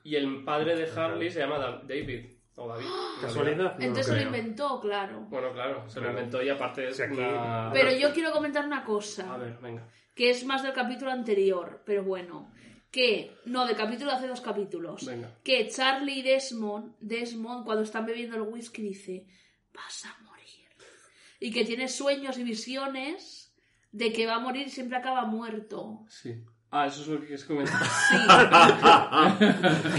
y el padre de Harley se llama Da- David. O David. Ah, ¿Casualidad? No Entonces lo lo creo. inventó, claro. Bueno, claro, se lo Claro. inventó y aparte es Sí, aquí- una- Pero yo quiero comentar una A cosa, ver, venga. que es más del capítulo anterior, pero bueno. Que, no, del capítulo de hace dos capítulos. Venga. Que Charlie y Desmond, Desmond, cuando están bebiendo el whisky, dice, vas a morir. Y que tiene sueños y visiones de que va a morir y siempre acaba muerto. Sí. Ah, eso es lo que quieres comentar. Sí.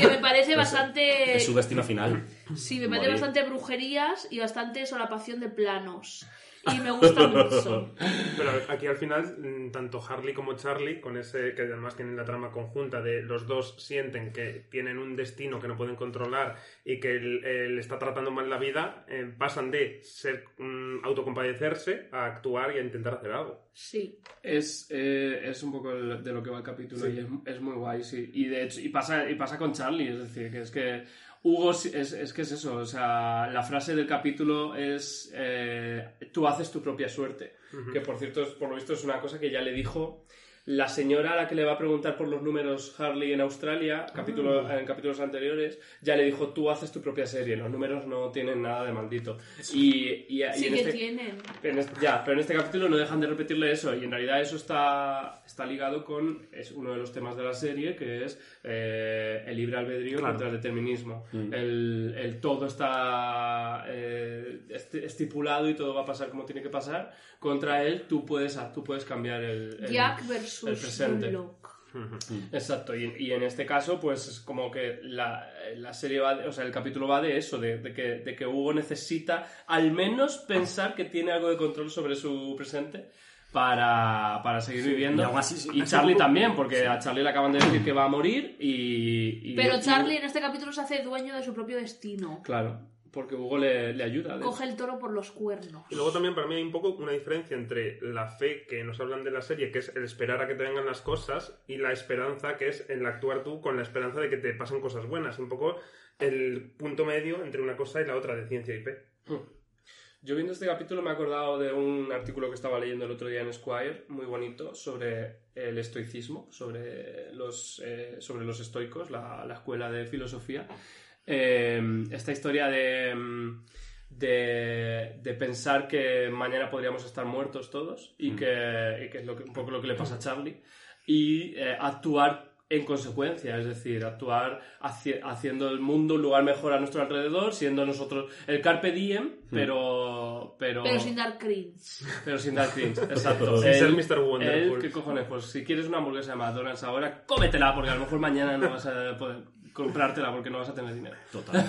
que me parece bastante. Es su destino final. Sí, me parece Morir. bastante brujerías y bastante solapación de planos. Y me gusta mucho. Pero aquí al final, mm, tanto Harley como Charlie, con ese que además tienen la trama conjunta de los dos sienten que tienen un destino que no pueden controlar y que él, él está tratando mal la vida, eh, pasan de ser mm, autocompadecerse a actuar y a intentar hacer algo. Sí. Es, eh, es un poco el- de lo que va el capítulo y es, es muy guay, sí. Y de hecho, y pasa, y pasa con Charlie, es decir, que es que Hugo sí- es, es que es eso, o sea, la frase del capítulo es eh, tú haces tu propia suerte, que por cierto, es- por lo visto es una cosa que ya le dijo la señora a la que le va a preguntar por los números Harley en Australia, capítulo, en capítulos anteriores, ya le dijo tú haces tu propia serie, los números no tienen nada de maldito. Y, y, y Sí en que este- tienen. en este- ya, pero en este capítulo no dejan de repetirle eso y en realidad eso está, está ligado con es uno de los temas de la serie que es eh, el libre albedrío contra el determinismo. El, el todo está eh, esti- estipulado y todo va a pasar como tiene que pasar. Contra él tú puedes, tú puedes cambiar el, el- Jack el versus presente. Dunlock. Exacto, y, y en este caso, pues es como que la, la serie va, de- o sea, el capítulo va de eso, de, de que, de que Hugo necesita al menos pensar que tiene algo de control sobre su presente para, para seguir Sí, viviendo. y aún así- Y Charlie también, porque a Charlie le acaban de decir que va a morir y... y- Pero y- Charlie en este capítulo se hace dueño de su propio destino. Claro, porque Hugo le, le ayuda. de Coge el toro por los cuernos. Y luego también para mí hay un poco una diferencia entre la fe que nos hablan de la serie, que es el esperar a que te vengan las cosas, y la esperanza que es el actuar tú con la esperanza de que te pasen cosas buenas. Un poco el punto medio entre una cosa y la otra de ciencia y fe. Yo viendo este capítulo me he acordado de un artículo que estaba leyendo el otro día en Squire, muy bonito, sobre el estoicismo, sobre los, eh, sobre los estoicos, la, la escuela de filosofía. Eh, esta historia de, mm, de, de pensar que mañana podríamos estar muertos todos y que, y que es lo que- un poco lo que le pasa a Charlie y eh, actuar en consecuencia, es decir, actuar haci- haciendo el mundo un lugar mejor a nuestro alrededor, siendo nosotros el carpe diem, pero pero Pero sin dar cringe. pero sin dar cringe, exacto. Sin ser Él- Mr. Wonderful. él, ¿Qué cojones? Pues si quieres una hamburguesa de McDonald's ahora, cómetela, porque a lo mejor mañana no vas a poder comprártela porque no vas a tener dinero.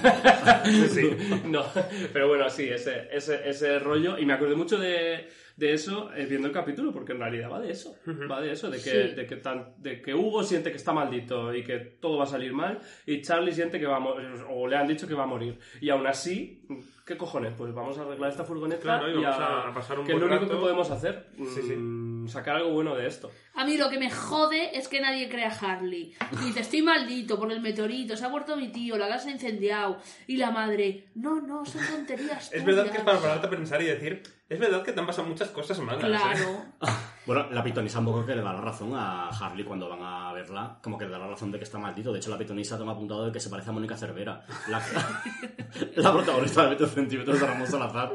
Total. sí. No, pero bueno, sí, ese, ese, ese rollo. Y me acordé mucho de, de eso eh, viendo el capítulo, porque en realidad va de eso. Va de eso, de que, Sí. de, que tan- de que Hugo siente que está maldito y que todo va a salir mal, y Charlie siente que va a morir, o le han dicho que va a morir. Y aún así, ¿qué cojones? Pues vamos a arreglar esta furgoneta Claro, y y vamos a- a pasar un que es buen lo único rato. que podemos hacer. Sí, sí. mm, Sacar algo bueno de esto. A mí lo que me jode es que nadie crea a Harley. Y dice, estoy maldito por el meteorito, se ha muerto mi tío, la casa ha incendiado. Y la madre, no, no, son [LAUGHS] tonterías. Es verdad que es tuyas". para pararte a pensar y decir, es verdad que te han pasado muchas cosas malas. ¿eh? Claro. [LAUGHS] Bueno, la pitonisa un poco que le da la razón a Harley cuando van a verla, como que le da la razón de que está maldito. De hecho, la pitonisa toma apuntado de que se parece a Mónica Cervera, la, [LAUGHS] la protagonista de 20 centímetros de Ramón Salazar.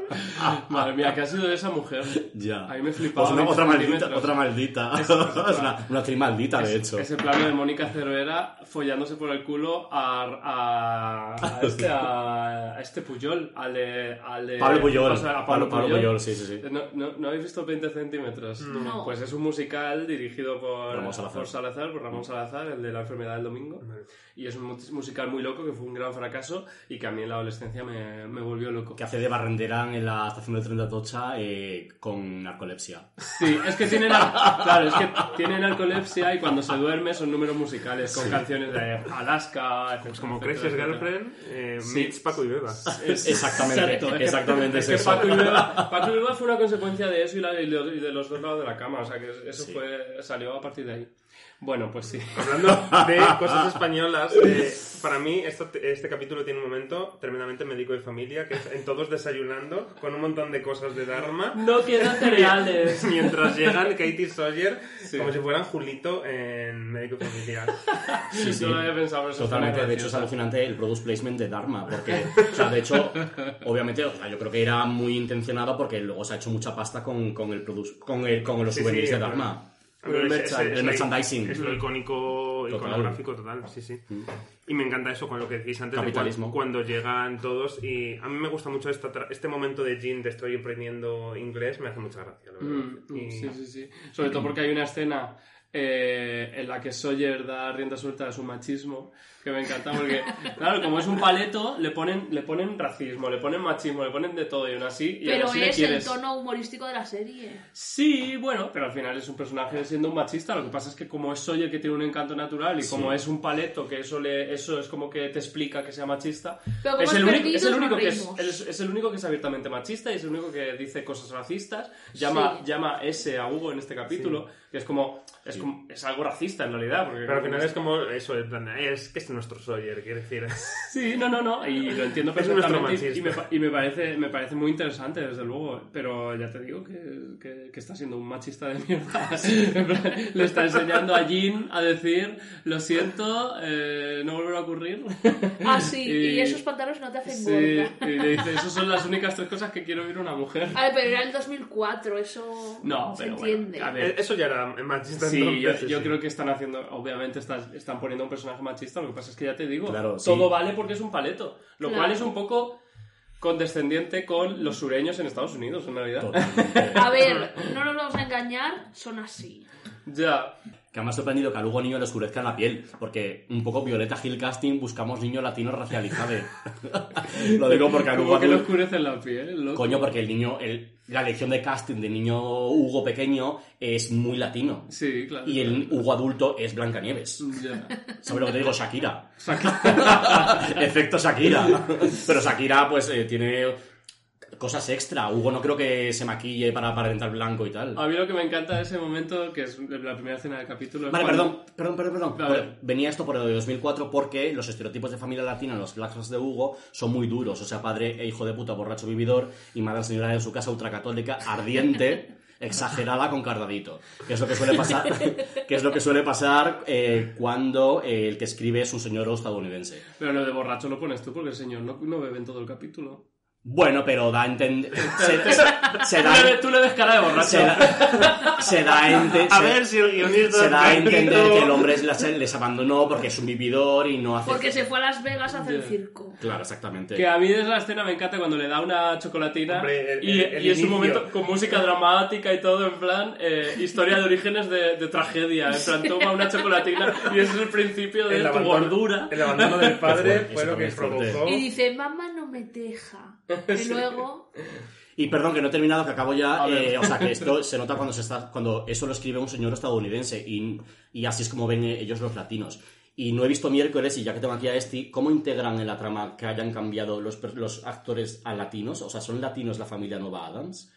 Madre mía, ¿qué Ah, ha sido de esa mujer? Ya. A mí me flipaba. Pues una- 20 otra maldita, centímetros. otra maldita. [LAUGHS] Es, una, una actriz maldita, de hecho. Ese plano de Mónica Cervera follándose por el culo a, [LAUGHS] a, a este, a, a este Puyol, al de, al de- Pablo Puyol. o sea, a Pablo, Pablo- Pablo Puyol. Puyol, sí, sí, sí. ¿No, no, no habéis visto 20 centímetros? No. Pues es un musical dirigido por Ramón Salazar. por, Salazar, por Ramón Salazar, el de la enfermedad del domingo. Y es un mu- musical muy loco que fue un gran fracaso y que a mí en la adolescencia me, me volvió loco. Que hace de Barrenderán en la estación del tren de Atocha eh, con narcolepsia. Sí, es que tienen, ar- claro, es que tienen narcolepsia y cuando se duerme son números musicales con canciones de Alaska, Pues como etcétera, [LAUGHS] Crazy's etcétera. Girlfriend, eh, Sí. meets Paco y Beba. Es- Exactamente, exacto, es que- exactamente es es que eso. Paco y Beba, Paco y Beba fue una consecuencia de eso y, la- y de, y de los dos lados de la cama, o sea que eso Sí. fue, salió a partir de ahí. Bueno, pues sí. Hablando de cosas españolas, eh, para mí esto- este capítulo tiene un momento tremendamente médico de familia, que es en todos desayunando, con un montón de cosas de Dharma. [LAUGHS] No quiero cereales. Mientras llegan Katie y Sawyer, Sí. como si fueran Julito en médico de [LAUGHS] familia. Sí, sí. lo había pensado, pero eso Totalmente, está muy de hecho es gracioso. alucinante el product placement de Dharma, porque, o sea, de [LAUGHS] hecho, obviamente, o sea, yo creo que era muy intencionado porque luego se ha hecho mucha pasta con, con, el produce- con, el, con los Sí, souvenirs sí, de claro. Dharma. Pero El es- merchan- es- es el lo- merchandising. Es lo icónico, Total. Mm. iconográfico total, sí, sí. Y me encanta eso con lo que decís antes de Capitalismo. cuan- cuando, llegan todos. Y a mí me gusta mucho esta tra- este momento de Jean de estoy aprendiendo inglés, me hace mucha gracia. la verdad. Mm, mm, Y- Sí, sí, sí. Sobre todo porque hay una escena eh, en la que Sawyer da rienda suelta a su machismo, que me encanta porque, claro, como es un paleto, le ponen, le ponen racismo, le ponen machismo, le ponen de todo y aún así... Y aún Pero así le es el quieres. tono humorístico de la serie. Sí, bueno, pero al final es un personaje siendo un machista. Lo que pasa es que como es Sawyer que tiene un encanto natural y como es un paleto que eso le, eso es como que te explica que sea machista. Pero como es, es el único, perdido, es el nos único que es, reímos. es- es el único que es abiertamente machista y es el único que dice cosas racistas. Llama, Sí. llama ese a Hugo en este capítulo que es como es, como- es algo racista en realidad. Porque Pero al final es como eso, el plan, es que es nuestro Sawyer, quiero decir. Sí, no, no, no, y lo entiendo Es nuestro perfectamente y, y me, machista. pa- y me parece, me parece muy interesante, desde luego, pero ya te digo que, que, que está siendo un machista de mierda. [LAUGHS] En plan, Le está enseñando a Jean a decir, lo siento, eh, no volverá a ocurrir. Ah, sí, y, Y- esos pantalones no te hacen Sí, gorda. y le dice, esas son las únicas tres cosas que quiero ver una mujer. [LAUGHS] A ver, pero era el 2004, eso No, Ah, se pero bueno, entiende. a ver, Eh, Eso ya era machista Sí, yo, entonces, yo sí. creo que están haciendo, obviamente estás- están poniendo un personaje machista, lo que pasa es que ya te digo, Claro, sí. todo vale porque es un paleto, lo Claro. cual es un poco condescendiente con los sureños en Estados Unidos en Navidad. Totalmente. A ver, no nos vamos a engañar, son así. ya. Que que me ha sorprendido que a Lugo Niño le oscurezca la piel, porque un poco Violeta Gil Casting buscamos niño [LAUGHS] latino racializado. lo digo porque a Lugo ¿Cómo que le oscurece la piel? ¿eh? loco? Coño, porque el niño, el- la elección de casting de niño Hugo pequeño es muy latino. Sí, claro. Y el Hugo adulto es Blancanieves. Ya. ¿Sabes lo que te digo? Shakira. [LAUGHS] Efecto Shakira. Pero Shakira, pues, eh, tiene cosas extra. Hugo no creo que se maquille para aparentar blanco y tal. A mí lo que me encanta de ese momento, que es la primera escena del capítulo... es Vale, cuando- perdón, perdón, perdón, perdón. A Por- ver. Venía esto por el 2004 porque los estereotipos de familia latina en los flashbacks de Hugo son muy duros. O sea, padre e hijo de puta, borracho vividor y madre señora de su casa ultracatólica, [LAUGHS] ardiente, exagerada con cardadito. Que es lo que suele pasar, [LAUGHS] que es lo que suele pasar eh, cuando eh, el que escribe es un señor estadounidense. Pero lo de borracho lo pones tú, porque el señor no, no bebe en todo el capítulo. Bueno, pero da [LAUGHS] a entender... Se, se da... Tú le- Tú le ves cara de borracho. Se da, se da a ente- A se- ver si el guionista se da a entender escrito- que el hombre les, les abandonó porque es un vividor y no hace Porque se fue a Las Vegas a hacer el circo. Claro, exactamente. Que a mí es la escena me encanta cuando le da una chocolatina Hombre, el- y, el- el y es un inicio. momento con música dramática y todo, en plan, eh, historia de orígenes de, de tragedia. En plan, toma una chocolatina y ese es el principio de El tu abandono- gordura. El [LAUGHS] abandono del padre fuerte, fue lo eso que también es fuerte. provocó. Y dice, mamá no me deja. [LAUGHS] Y luego, Y perdón que no he terminado, que acabo ya. A ver. eh, o [LAUGHS] sea, que esto se nota cuando se está cuando eso lo escribe un señor estadounidense y, y así es como ven eh, ellos los latinos. Y no he visto miércoles, y ya que tengo aquí a este, ¿cómo integran en la trama que hayan cambiado los, per- los actores a latinos? O sea, ¿son latinos la familia Nova Adams?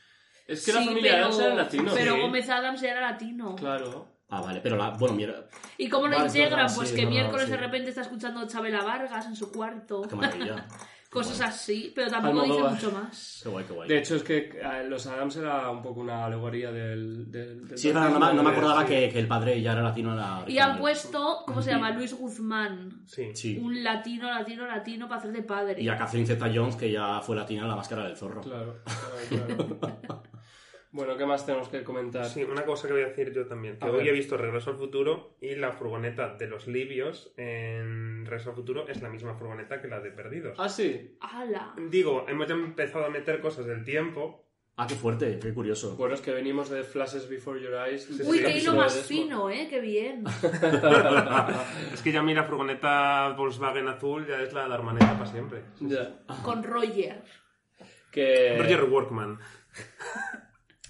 Es que la sí, familia pero- Adams era latino. Pero sí. Gómez Adams ya era latino. Claro. Ah, vale, pero la. Bueno, mira. ¿Y cómo lo Vale, es integran? verdad, pues sí, que es verdad, miércoles sí. de repente está escuchando Chabela Vargas en su cuarto. Qué [LAUGHS] maravilla. Cosas Qué guay. así, pero tampoco dice Almodóvar. mucho más. Qué guay, qué guay. De hecho, es que eh, los Adams era un poco una alegoría del. del, del sí, es verdad, no, me- no me acordaba Sí. que, que el padre ya era latino. Era Y han puesto, ¿cómo se llama? Luis Guzmán. Sí. Sí. Un latino, latino, latino para hacer de padre. Y a Catherine Zeta Jones, que ya fue latina en la máscara del zorro. Claro, claro, claro. [LAUGHS] bueno, ¿qué más tenemos que comentar? Sí, una cosa que voy a decir yo también. Que A hoy ver. he visto Regreso al Futuro y la furgoneta de los libios en Regreso al Futuro es la misma furgoneta que la de Perdidos. Ah, sí. ¡Hala! Digo, hemos ya empezado a meter cosas [LAUGHS] del tiempo. Ah, qué fuerte, qué curioso. Bueno, es que venimos de Flashes Before Your Eyes. Uy, sí, qué sí, hilo sí, más fino, ¿eh? [LAUGHS] ¡Qué bien! es que ya a mí la furgoneta Volkswagen azul ya es la de Armaneta para siempre. [LAUGHS] Ya. Con Roger. Que... Roger Workman.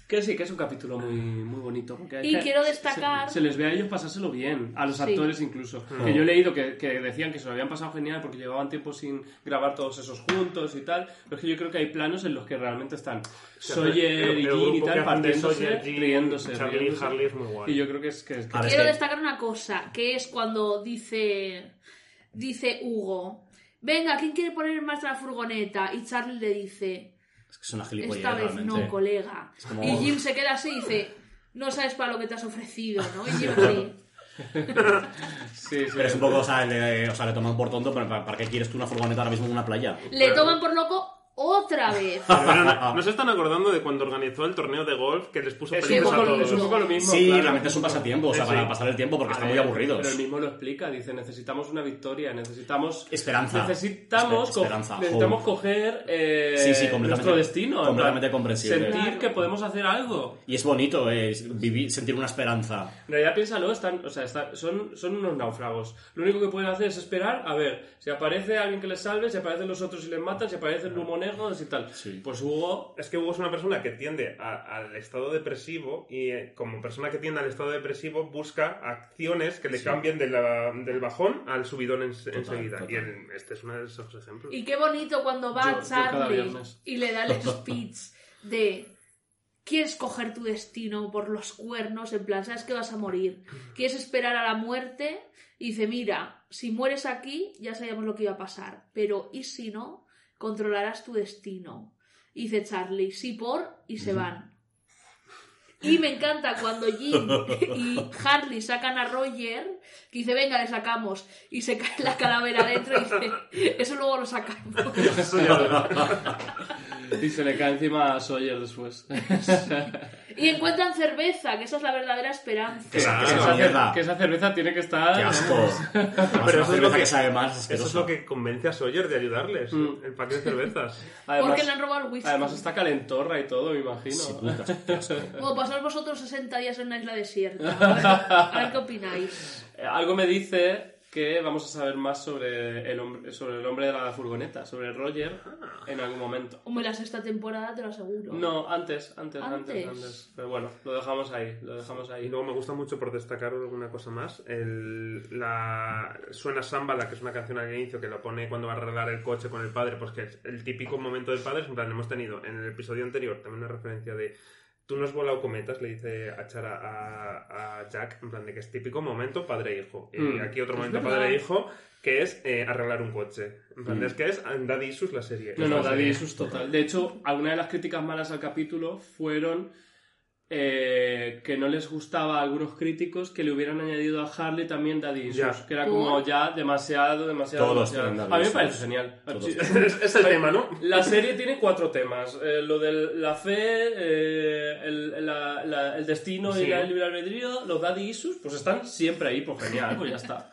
Que sí, que es un capítulo muy, muy bonito. porque hay Y que- quiero destacar- Se, se les ve a ellos pasárselo bien, a los Sí. actores incluso. Ah. Que yo he leído que, que decían que se lo habían pasado genial porque llevaban tiempo sin grabar todos esos juntos y tal. Pero es que yo creo que hay planos en los que realmente están Sawyer El- y Jean el y grupo que tal, hacen de partiéndose, Sawyer, Jean, riéndose. Charlie y riéndose. Harley es muy guay. Y [LAUGHS] yo creo que es que. es que- A ver, Quiero es que- destacar una cosa, que es cuando dice, dice Hugo, venga, ¿quién quiere poner en marcha la furgoneta? Y Charlie le dice, Es que es una gilipollez esta vez realmente. no, colega. como- Y Jim se queda así y dice, no sabes para lo que te has ofrecido, ¿no? Y [LAUGHS] Jim así, sí, sí. [LAUGHS] Pero es un poco, o sea, le, o sea, le toman por tonto, pero ¿para, para qué quieres tú una furgoneta ahora mismo en una playa? le toman por loco otra vez. Pero no, no se están acordando de cuando organizó el torneo de golf que les puso Es un, Sí, peligros a poco, bueno, todos. es un poco lo mismo. sí, claro. realmente es un pasatiempo, o sea, Sí, para sí. pasar el tiempo porque A están ver, muy aburridos. Pero él mismo lo explica, dice, necesitamos una victoria, necesitamos... Esperanza. Necesitamos, Esper- co- esperanza, necesitamos hope. coger eh, Sí, sí, completamente- nuestro destino. en completamente plan, comprensible. Sentir Claro. que podemos hacer algo. Y es bonito eh, es vivir, sentir una esperanza. En realidad, piénsalo, están, o sea, están- son, son unos náufragos. Lo único que pueden hacer es esperar, a ver, si aparece alguien que les salve, si aparecen los otros y les matan, si aparece el humo negro, si tal. Sí. Pues Hugo... Es que Hugo es una persona que tiende a- al estado depresivo y eh, como persona que tiende al estado depresivo busca acciones que le cambien de la- del bajón al subidón en- enseguida. total. Y el- este es uno de esos ejemplos. Y qué bonito cuando Yo- va yo cada Charlie viernes. y le da el [LAUGHS] speech de ¿Quieres coger tu destino por los cuernos? En plan, sabes que vas a morir. ¿Quieres esperar a la muerte? Y dice, mira, si mueres aquí ya sabíamos lo que iba a pasar. Pero ¿y si no? Controlarás tu destino. Y dice Charlie, sí por, y se van. Y me encanta cuando [LAUGHS] Jim y Harley sacan a Roger, que dice, venga, le sacamos. Y se cae la calavera dentro y dice, eso luego [LAUGHS] lo sacamos. [LAUGHS] Ah, y se le cae encima a Sawyer después. Y encuentran cerveza, que esa es la verdadera esperanza. Que esa- que esa cer- mierda. que esa cerveza tiene que estar. Qué asco. Pero Ah, Pero eso eso es cerveza lo que, que- sabe más Eso es asquerosa. lo que convence a Sawyer de ayudarles. Mm. El paquete de cervezas. [LAUGHS] Porque le han robado el whisky. Además este- está calentorra y todo, me imagino. Como pasar vosotros 60 días en una [LAUGHS] isla desierta. A ver, a ver qué opináis. Eh, Algo me dice que vamos a saber más sobre el hombre, sobre el hombre de la furgoneta, sobre Roger, Ah. en algún momento. Hombre, la sexta temporada te lo aseguro. No, antes, antes, antes, Antes. antes. Pero bueno, lo dejamos ahí, lo dejamos ahí. Y luego me gusta mucho, por destacar alguna cosa más, el- la, suena Samba, la que es una canción al inicio que lo pone cuando va a arreglar el coche con el padre, pues que es el típico momento del padre. En plan, hemos tenido en el episodio anterior también una referencia de tú no has volado cometas, le dice a Chara a, a Jack, en plan de que es típico momento padre-hijo. Y Mm. aquí otro Es momento verdad. padre-hijo que es eh, arreglar un coche. En plan, Mm. es que es Daddy Issues la serie. No, Es no, la serie. David es total. De hecho, algunas de las críticas malas al capítulo fueron eh, que no les gustaba a algunos críticos que le hubieran añadido a Harley también Daddy Issues, Ya. que era como ya demasiado, demasiado, Todos tienen demasiado. Daddy A mí me Issues. parece genial. Todos. Es- es el tema, ¿no? [LAUGHS] La serie tiene cuatro temas. Eh, lo de la fe, eh, el, la- la- el destino y Sí. la- el libre albedrío, los Daddy Issues, pues están siempre ahí, pues genial, pues ya está.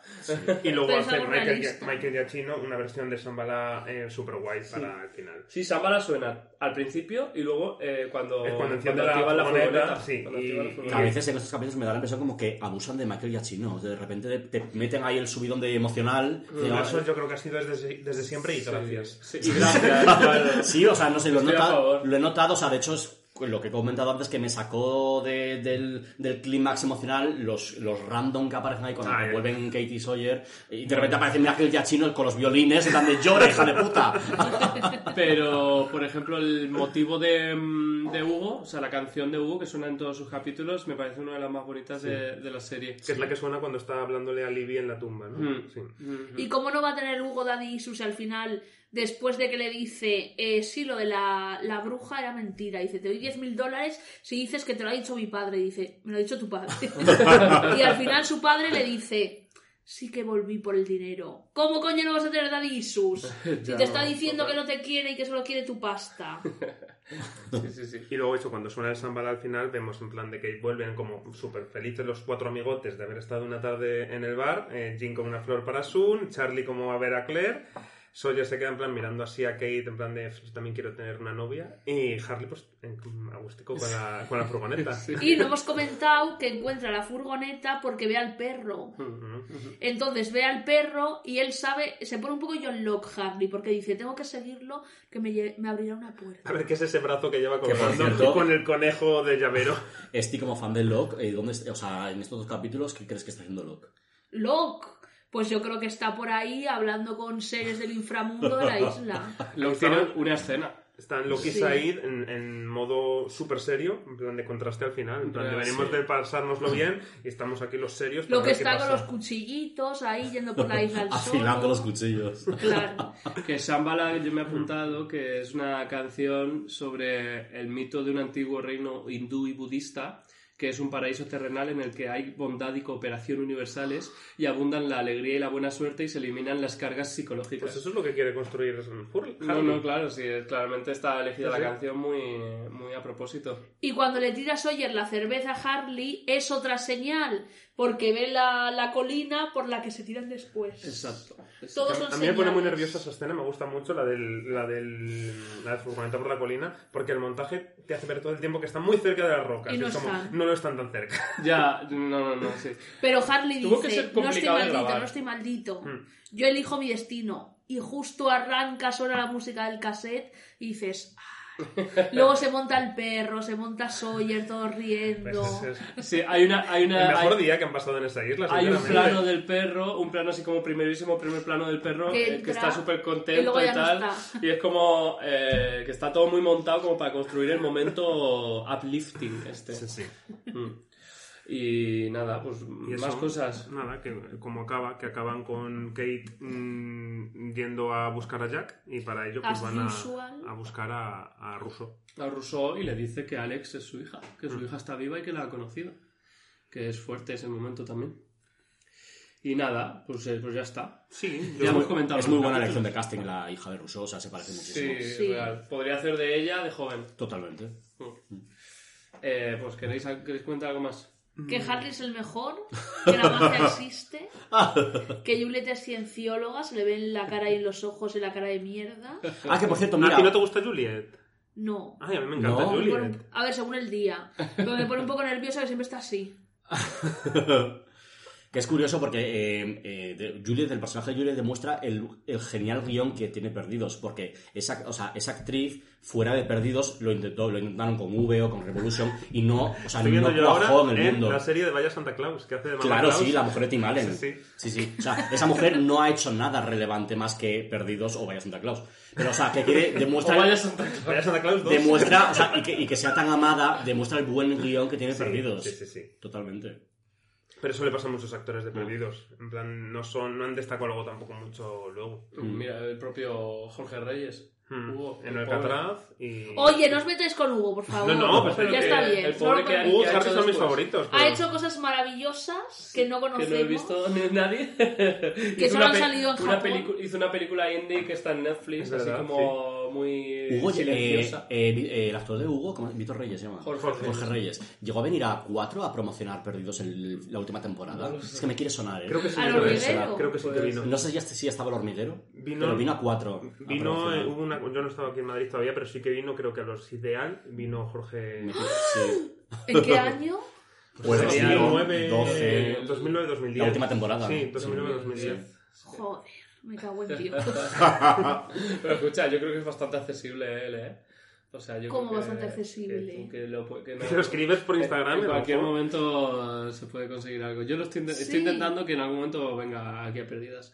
Y luego Pero es hace algo Michael, realista. Michael Giacchino una versión de Sambala eh, super guay para el final. Sí, Sambala suena al principio y luego eh, cuando, Es cuando enciende la activan furgoneta, furgoneta. sí, Cuando activan la y- A furgoneta. veces en estos capítulos me da la impresión como que abusan de Michael Giacchino. De repente de- te meten ahí el subidón de emocional. Y Mm, Eso yo creo que ha sido desde, desde siempre y gracias. Sí, y [LAUGHS] gracias. claro. sí, o sea, no sé, lo he, Estoy a notado, favor. lo he notado. O sea, de hecho, es lo que he comentado antes que me sacó de- del, del clímax emocional los, los random que aparecen ahí cuando Ah, ya. vuelven Katie Sawyer y de repente aparece Michael Giacchino con los violines en plan de llora, hija de puta. [LAUGHS] Pero, por ejemplo, el motivo de, mm, de Hugo, o sea, la canción de Hugo que suena en todos sus capítulos, me parece una de las más bonitas de, de la serie. Que es la que suena cuando está hablándole a Libby en la tumba, ¿no? Mm. Sí. ¿Y cómo no va a tener Hugo Daddy Isus al final, después de que le dice, eh, sí, lo de la, la bruja era mentira? Dice, te doy 10 mil dólares si dices que te lo ha dicho mi padre. Dice, me lo ha dicho [LAUGHS] tu padre. y al final su padre le dice, sí que volví por el dinero. ¿Cómo coño no vas a tener Daddy [LAUGHS] Isus? Si Ya te está no, diciendo que total. no te quiere y que solo quiere tu pasta. Sí, sí, sí. Y luego, eso, cuando suena el Sambala al final, vemos en plan de que vuelven como súper felices los cuatro amigotes de haber estado una tarde en el bar. eh, Jim con una flor para Sun, Charlie como va a ver a Claire. Sawyer se queda en plan mirando así a Kate, en plan de "Pff, yo también quiero tener una novia. Y Harley, pues, en- a gustico con la, con la [LAUGHS] furgoneta. Y no hemos comentado que encuentra la furgoneta porque ve al perro. Entonces ve al perro y él sabe, se pone un poco John Locke Harley porque dice, tengo que seguirlo, que me, lle- me abrirá una puerta. A ver qué es ese brazo que lleva por colgando cierto- con el conejo de llavero. Estoy como fan de Locke. eh, ¿dónde, est- o sea, en estos dos capítulos, ¿qué crees que está haciendo Locke? Locke, pues yo creo que está por ahí hablando con seres del inframundo de [LAUGHS] la isla. Luego tiene una escena. Están Loki y Sí. Said en, en modo súper serio, en plan de contraste al final. En plan de Ya, venimos sí. de pasárnoslo bien y estamos aquí los serios. para Lo que ver qué está con pasa. los cuchillitos ahí yendo por [LAUGHS] la isla al sol. Afilando [LAUGHS] los cuchillos. Claro. Que Shambhala, yo Mm. me he apuntado que es una canción sobre el mito de un antiguo reino hindú y budista, que es un paraíso terrenal en el que hay bondad y cooperación universales y abundan la alegría y la buena suerte y se eliminan las cargas psicológicas. Pues eso es lo que quiere construir Hurl. no, no, claro, sí, claramente está elegida Sí, la ¿Ah, sí. canción muy, muy a propósito. Y cuando le tira Sawyer la cerveza a Harley es otra señal, porque ve la, la colina por la que se tiran después. Exacto. Todos son A mí me pone muy señales. nerviosa esa escena, me gusta mucho la del, la del la del furgoneta por la colina, porque el montaje te hace ver todo el tiempo que están muy cerca de las rocas. Y no es como, están. no lo están tan cerca. Ya, no, no, no, sí. Pero Harley Tuvo que dice, ser no estoy complicado de maldito, grabar". Hmm. no estoy maldito. Mm. Yo elijo mi destino. Y justo arranca, suena la música del cassette y dices... "Ay". [LAUGHS] Luego se monta el perro, se monta Sawyer, todos riendo. Pues [LAUGHS] es- es Sí, hay una... Hay el una mejor hay- día que han pasado en esa isla. Hay un sinceramente. plano del perro, un plano así como primerísimo, primer plano del perro Que eh, que, entra, está súper y contento luego y, ya no tal. está. Y es como eh, que está todo muy montado como para construir el momento uplifting este. Sí, sí. Mm. Y nada, pues Y eso, más cosas. Nada, que como acaba, que acaban con Kate mm, yendo a buscar a Jack y para ello pues As van usual. a, a buscar a, a Russo. A Rousseau y le dice que Alex es su hija, que su hija está viva y que la ha conocido. Que es fuerte ese momento también. Y nada, pues, eh, pues ya está. Sí, Ya hemos comentado. Es muy los capítulos. buena elección de casting la hija de Rousseau, o sea, se parece muchísimo. Sí, Sí. real. Podría hacer de ella de joven. Totalmente. Eh, pues queréis, queréis contar algo más. Que Mm. Harley es el mejor, que la [LAUGHS] magia existe, que Juliet es ciencióloga, se le ven la cara y los ojos y la cara de mierda. Ah, que por cierto, ¿A mira. ti no te gusta Juliet? No. Ah, Ay, a mí me encanta No. Me pone Juliet. un- A ver, según el día. Pero me pone un poco nerviosa que siempre está así. [LAUGHS] Que es curioso porque eh, eh, de- Juliet, el personaje de Juliet demuestra el, el genial guión que tiene Perdidos, porque esa, o sea, esa actriz fuera de Perdidos lo intentó, lo intentaron con V o con Revolution y no, o sea, Estoy viendo no yo cuajó ahora en el en mundo. la serie de Vaya Santa Claus, que hace de Mama Claro, Claus. sí, la mujer de Tim Allen. Sí, Sí, sí. sí. O sea, esa mujer no ha hecho nada relevante más que Perdidos o Vaya Santa Claus. Pero, o sea, que quiere, demuestra... O vaya Santa Claus. Vaya Santa Claus 2. demuestra, o sea, y que, y que sea tan amada, demuestra el buen guión que tiene Sí, Perdidos. sí, sí, sí. Totalmente. Pero eso le pasa a muchos actores de Perdidos. En plan, no, son, no han destacado luego tampoco mucho luego. Mira, el propio Jorge Reyes. Hmm. Hugo, Mm. en el Alcatraz y... Oye, no os metáis con Hugo, por favor. No, no, pues ya pero está que- bien. el pobre no lo que ha- conozco. Hugo ¿Qué ha Harris hecho son mis después? favoritos. ha pero- hecho cosas maravillosas que no que conocemos. no he visto ni nadie. [LAUGHS] Que Hizo solo una han pe- salido en una Japón. pelicu- Hizo una película indie que está en Netflix, Es así verdad, como muy Hugo, eh, silenciosa. eh, vi- eh, el actor de Hugo, ¿cómo? Víctor Reyes se llama. Jorge Reyes. Reyes. Llegó a venir a 4 a promocionar Perdidos el- la última temporada. No lo sé. es que me quiere sonar, ¿eh? Creo que sí, Al creo que sí, hormiguero. creo que sí que Pues- vino. No sé ya si estaba el hormiguero, Vino- pero vino a 4. Vino, eh, hubo una, yo no estaba aquí en Madrid todavía, pero sí que vino, creo que a los Ideal, vino Jorge... ¡Ah! Sí. [LAUGHS] ¿En qué año? Pues sería 2009, 12. eh, 2009-2010. La última temporada. Sí, 2009-2010. Joder, me cago en [LAUGHS] Dios. Pero escucha, yo creo que es bastante accesible él, ¿eh? O sea, yo ¿Cómo creo que- bastante Que, accesible? que lo, pu- que no- Si lo escribes por Instagram, en a lo cualquier mejor. momento se puede conseguir algo. Yo lo estoy, inte- Sí. estoy intentando que en algún momento venga aquí a perdidas.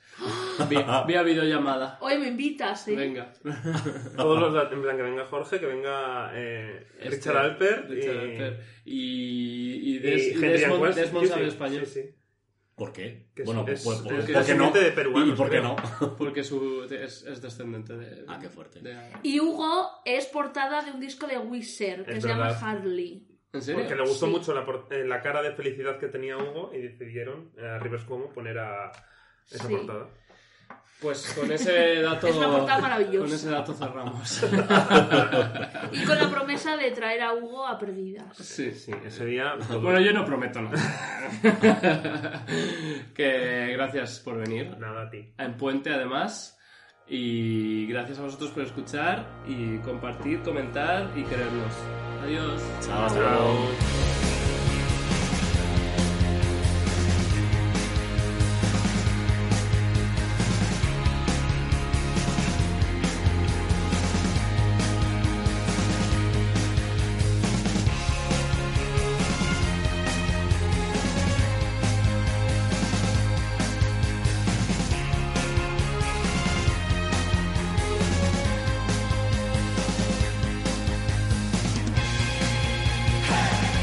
Vía, vía videollamada. Oye, me invitas, ¿eh? Venga. Todos los dat- en plan que venga Jorge, que venga eh, Richard Este, Alpert Richard y, Alpert. Y, y, y Des- y Henry Desmond, Anquest. Desmond Sí, sabe sí, español. sí, sí. ¿Por qué? Que es- bueno, es- pues, pues, es que ¿por es qué no? descendiente de peruanos, ¿Y por qué creo. no? [LAUGHS] Porque su, es, es descendente de... Ah, qué fuerte. de- Y Hugo es portada de un disco de Wizard que Es se verdad. llama Harley. ¿En serio? Porque le gustó Sí. mucho la, por- eh, la cara de felicidad que tenía Hugo y decidieron eh, a Rivers Cuomo poner a esa Sí. portada. Pues con ese dato... Es una portada maravillosa. Con ese dato cerramos. [LAUGHS] Y con la promesa de traer a Hugo a perdidas. sí, Sí, ese día. Bueno, yo no prometo nada. [LAUGHS] [LAUGHS] que gracias por venir. Nada a ti. En Puente, además. Y gracias a vosotros por escuchar y compartir, comentar y querernos. Adiós. Chao, hasta luego.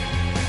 Hey,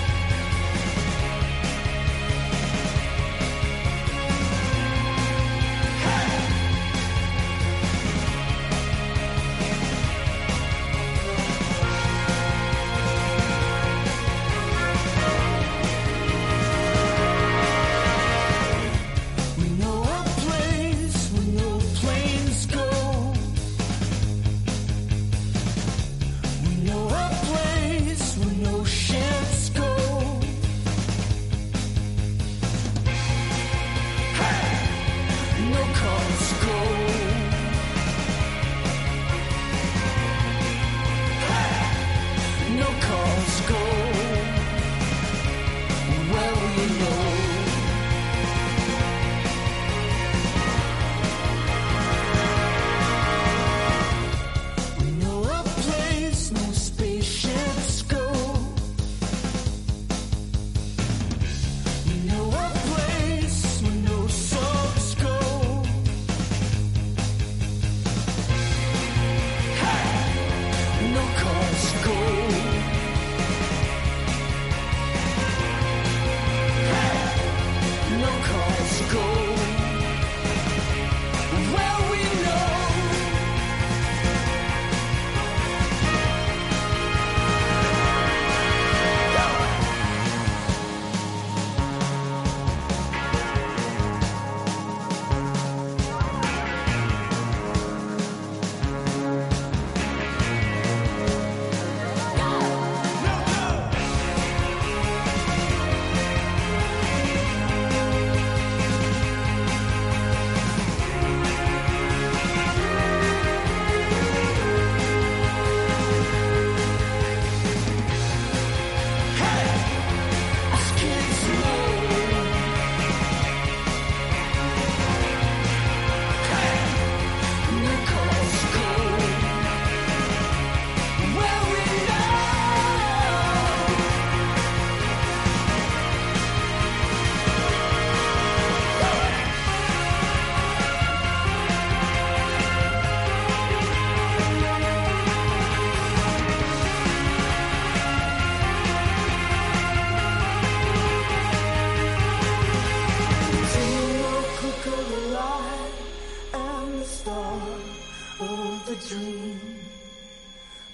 dream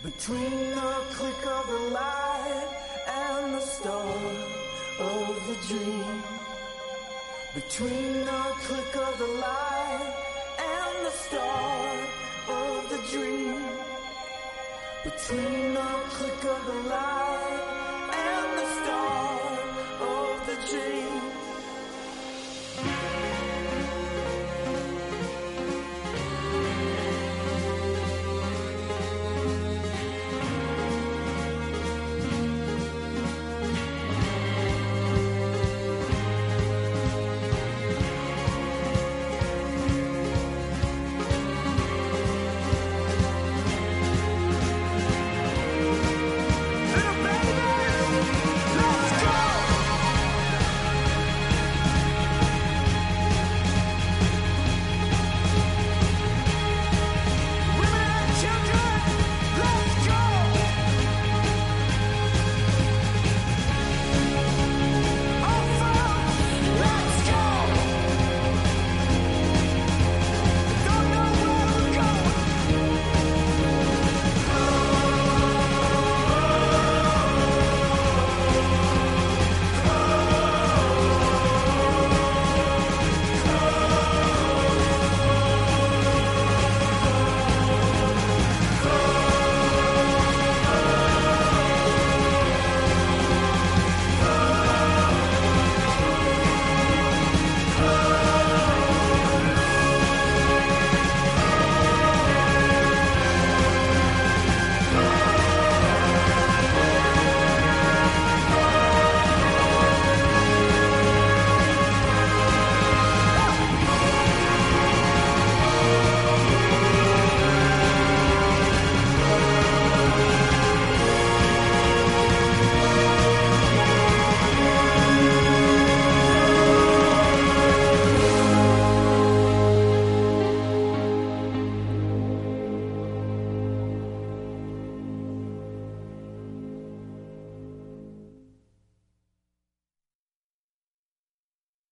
between the click of the light and the start of the dream. Between the click of the light and the start of the dream. Between the click of the light.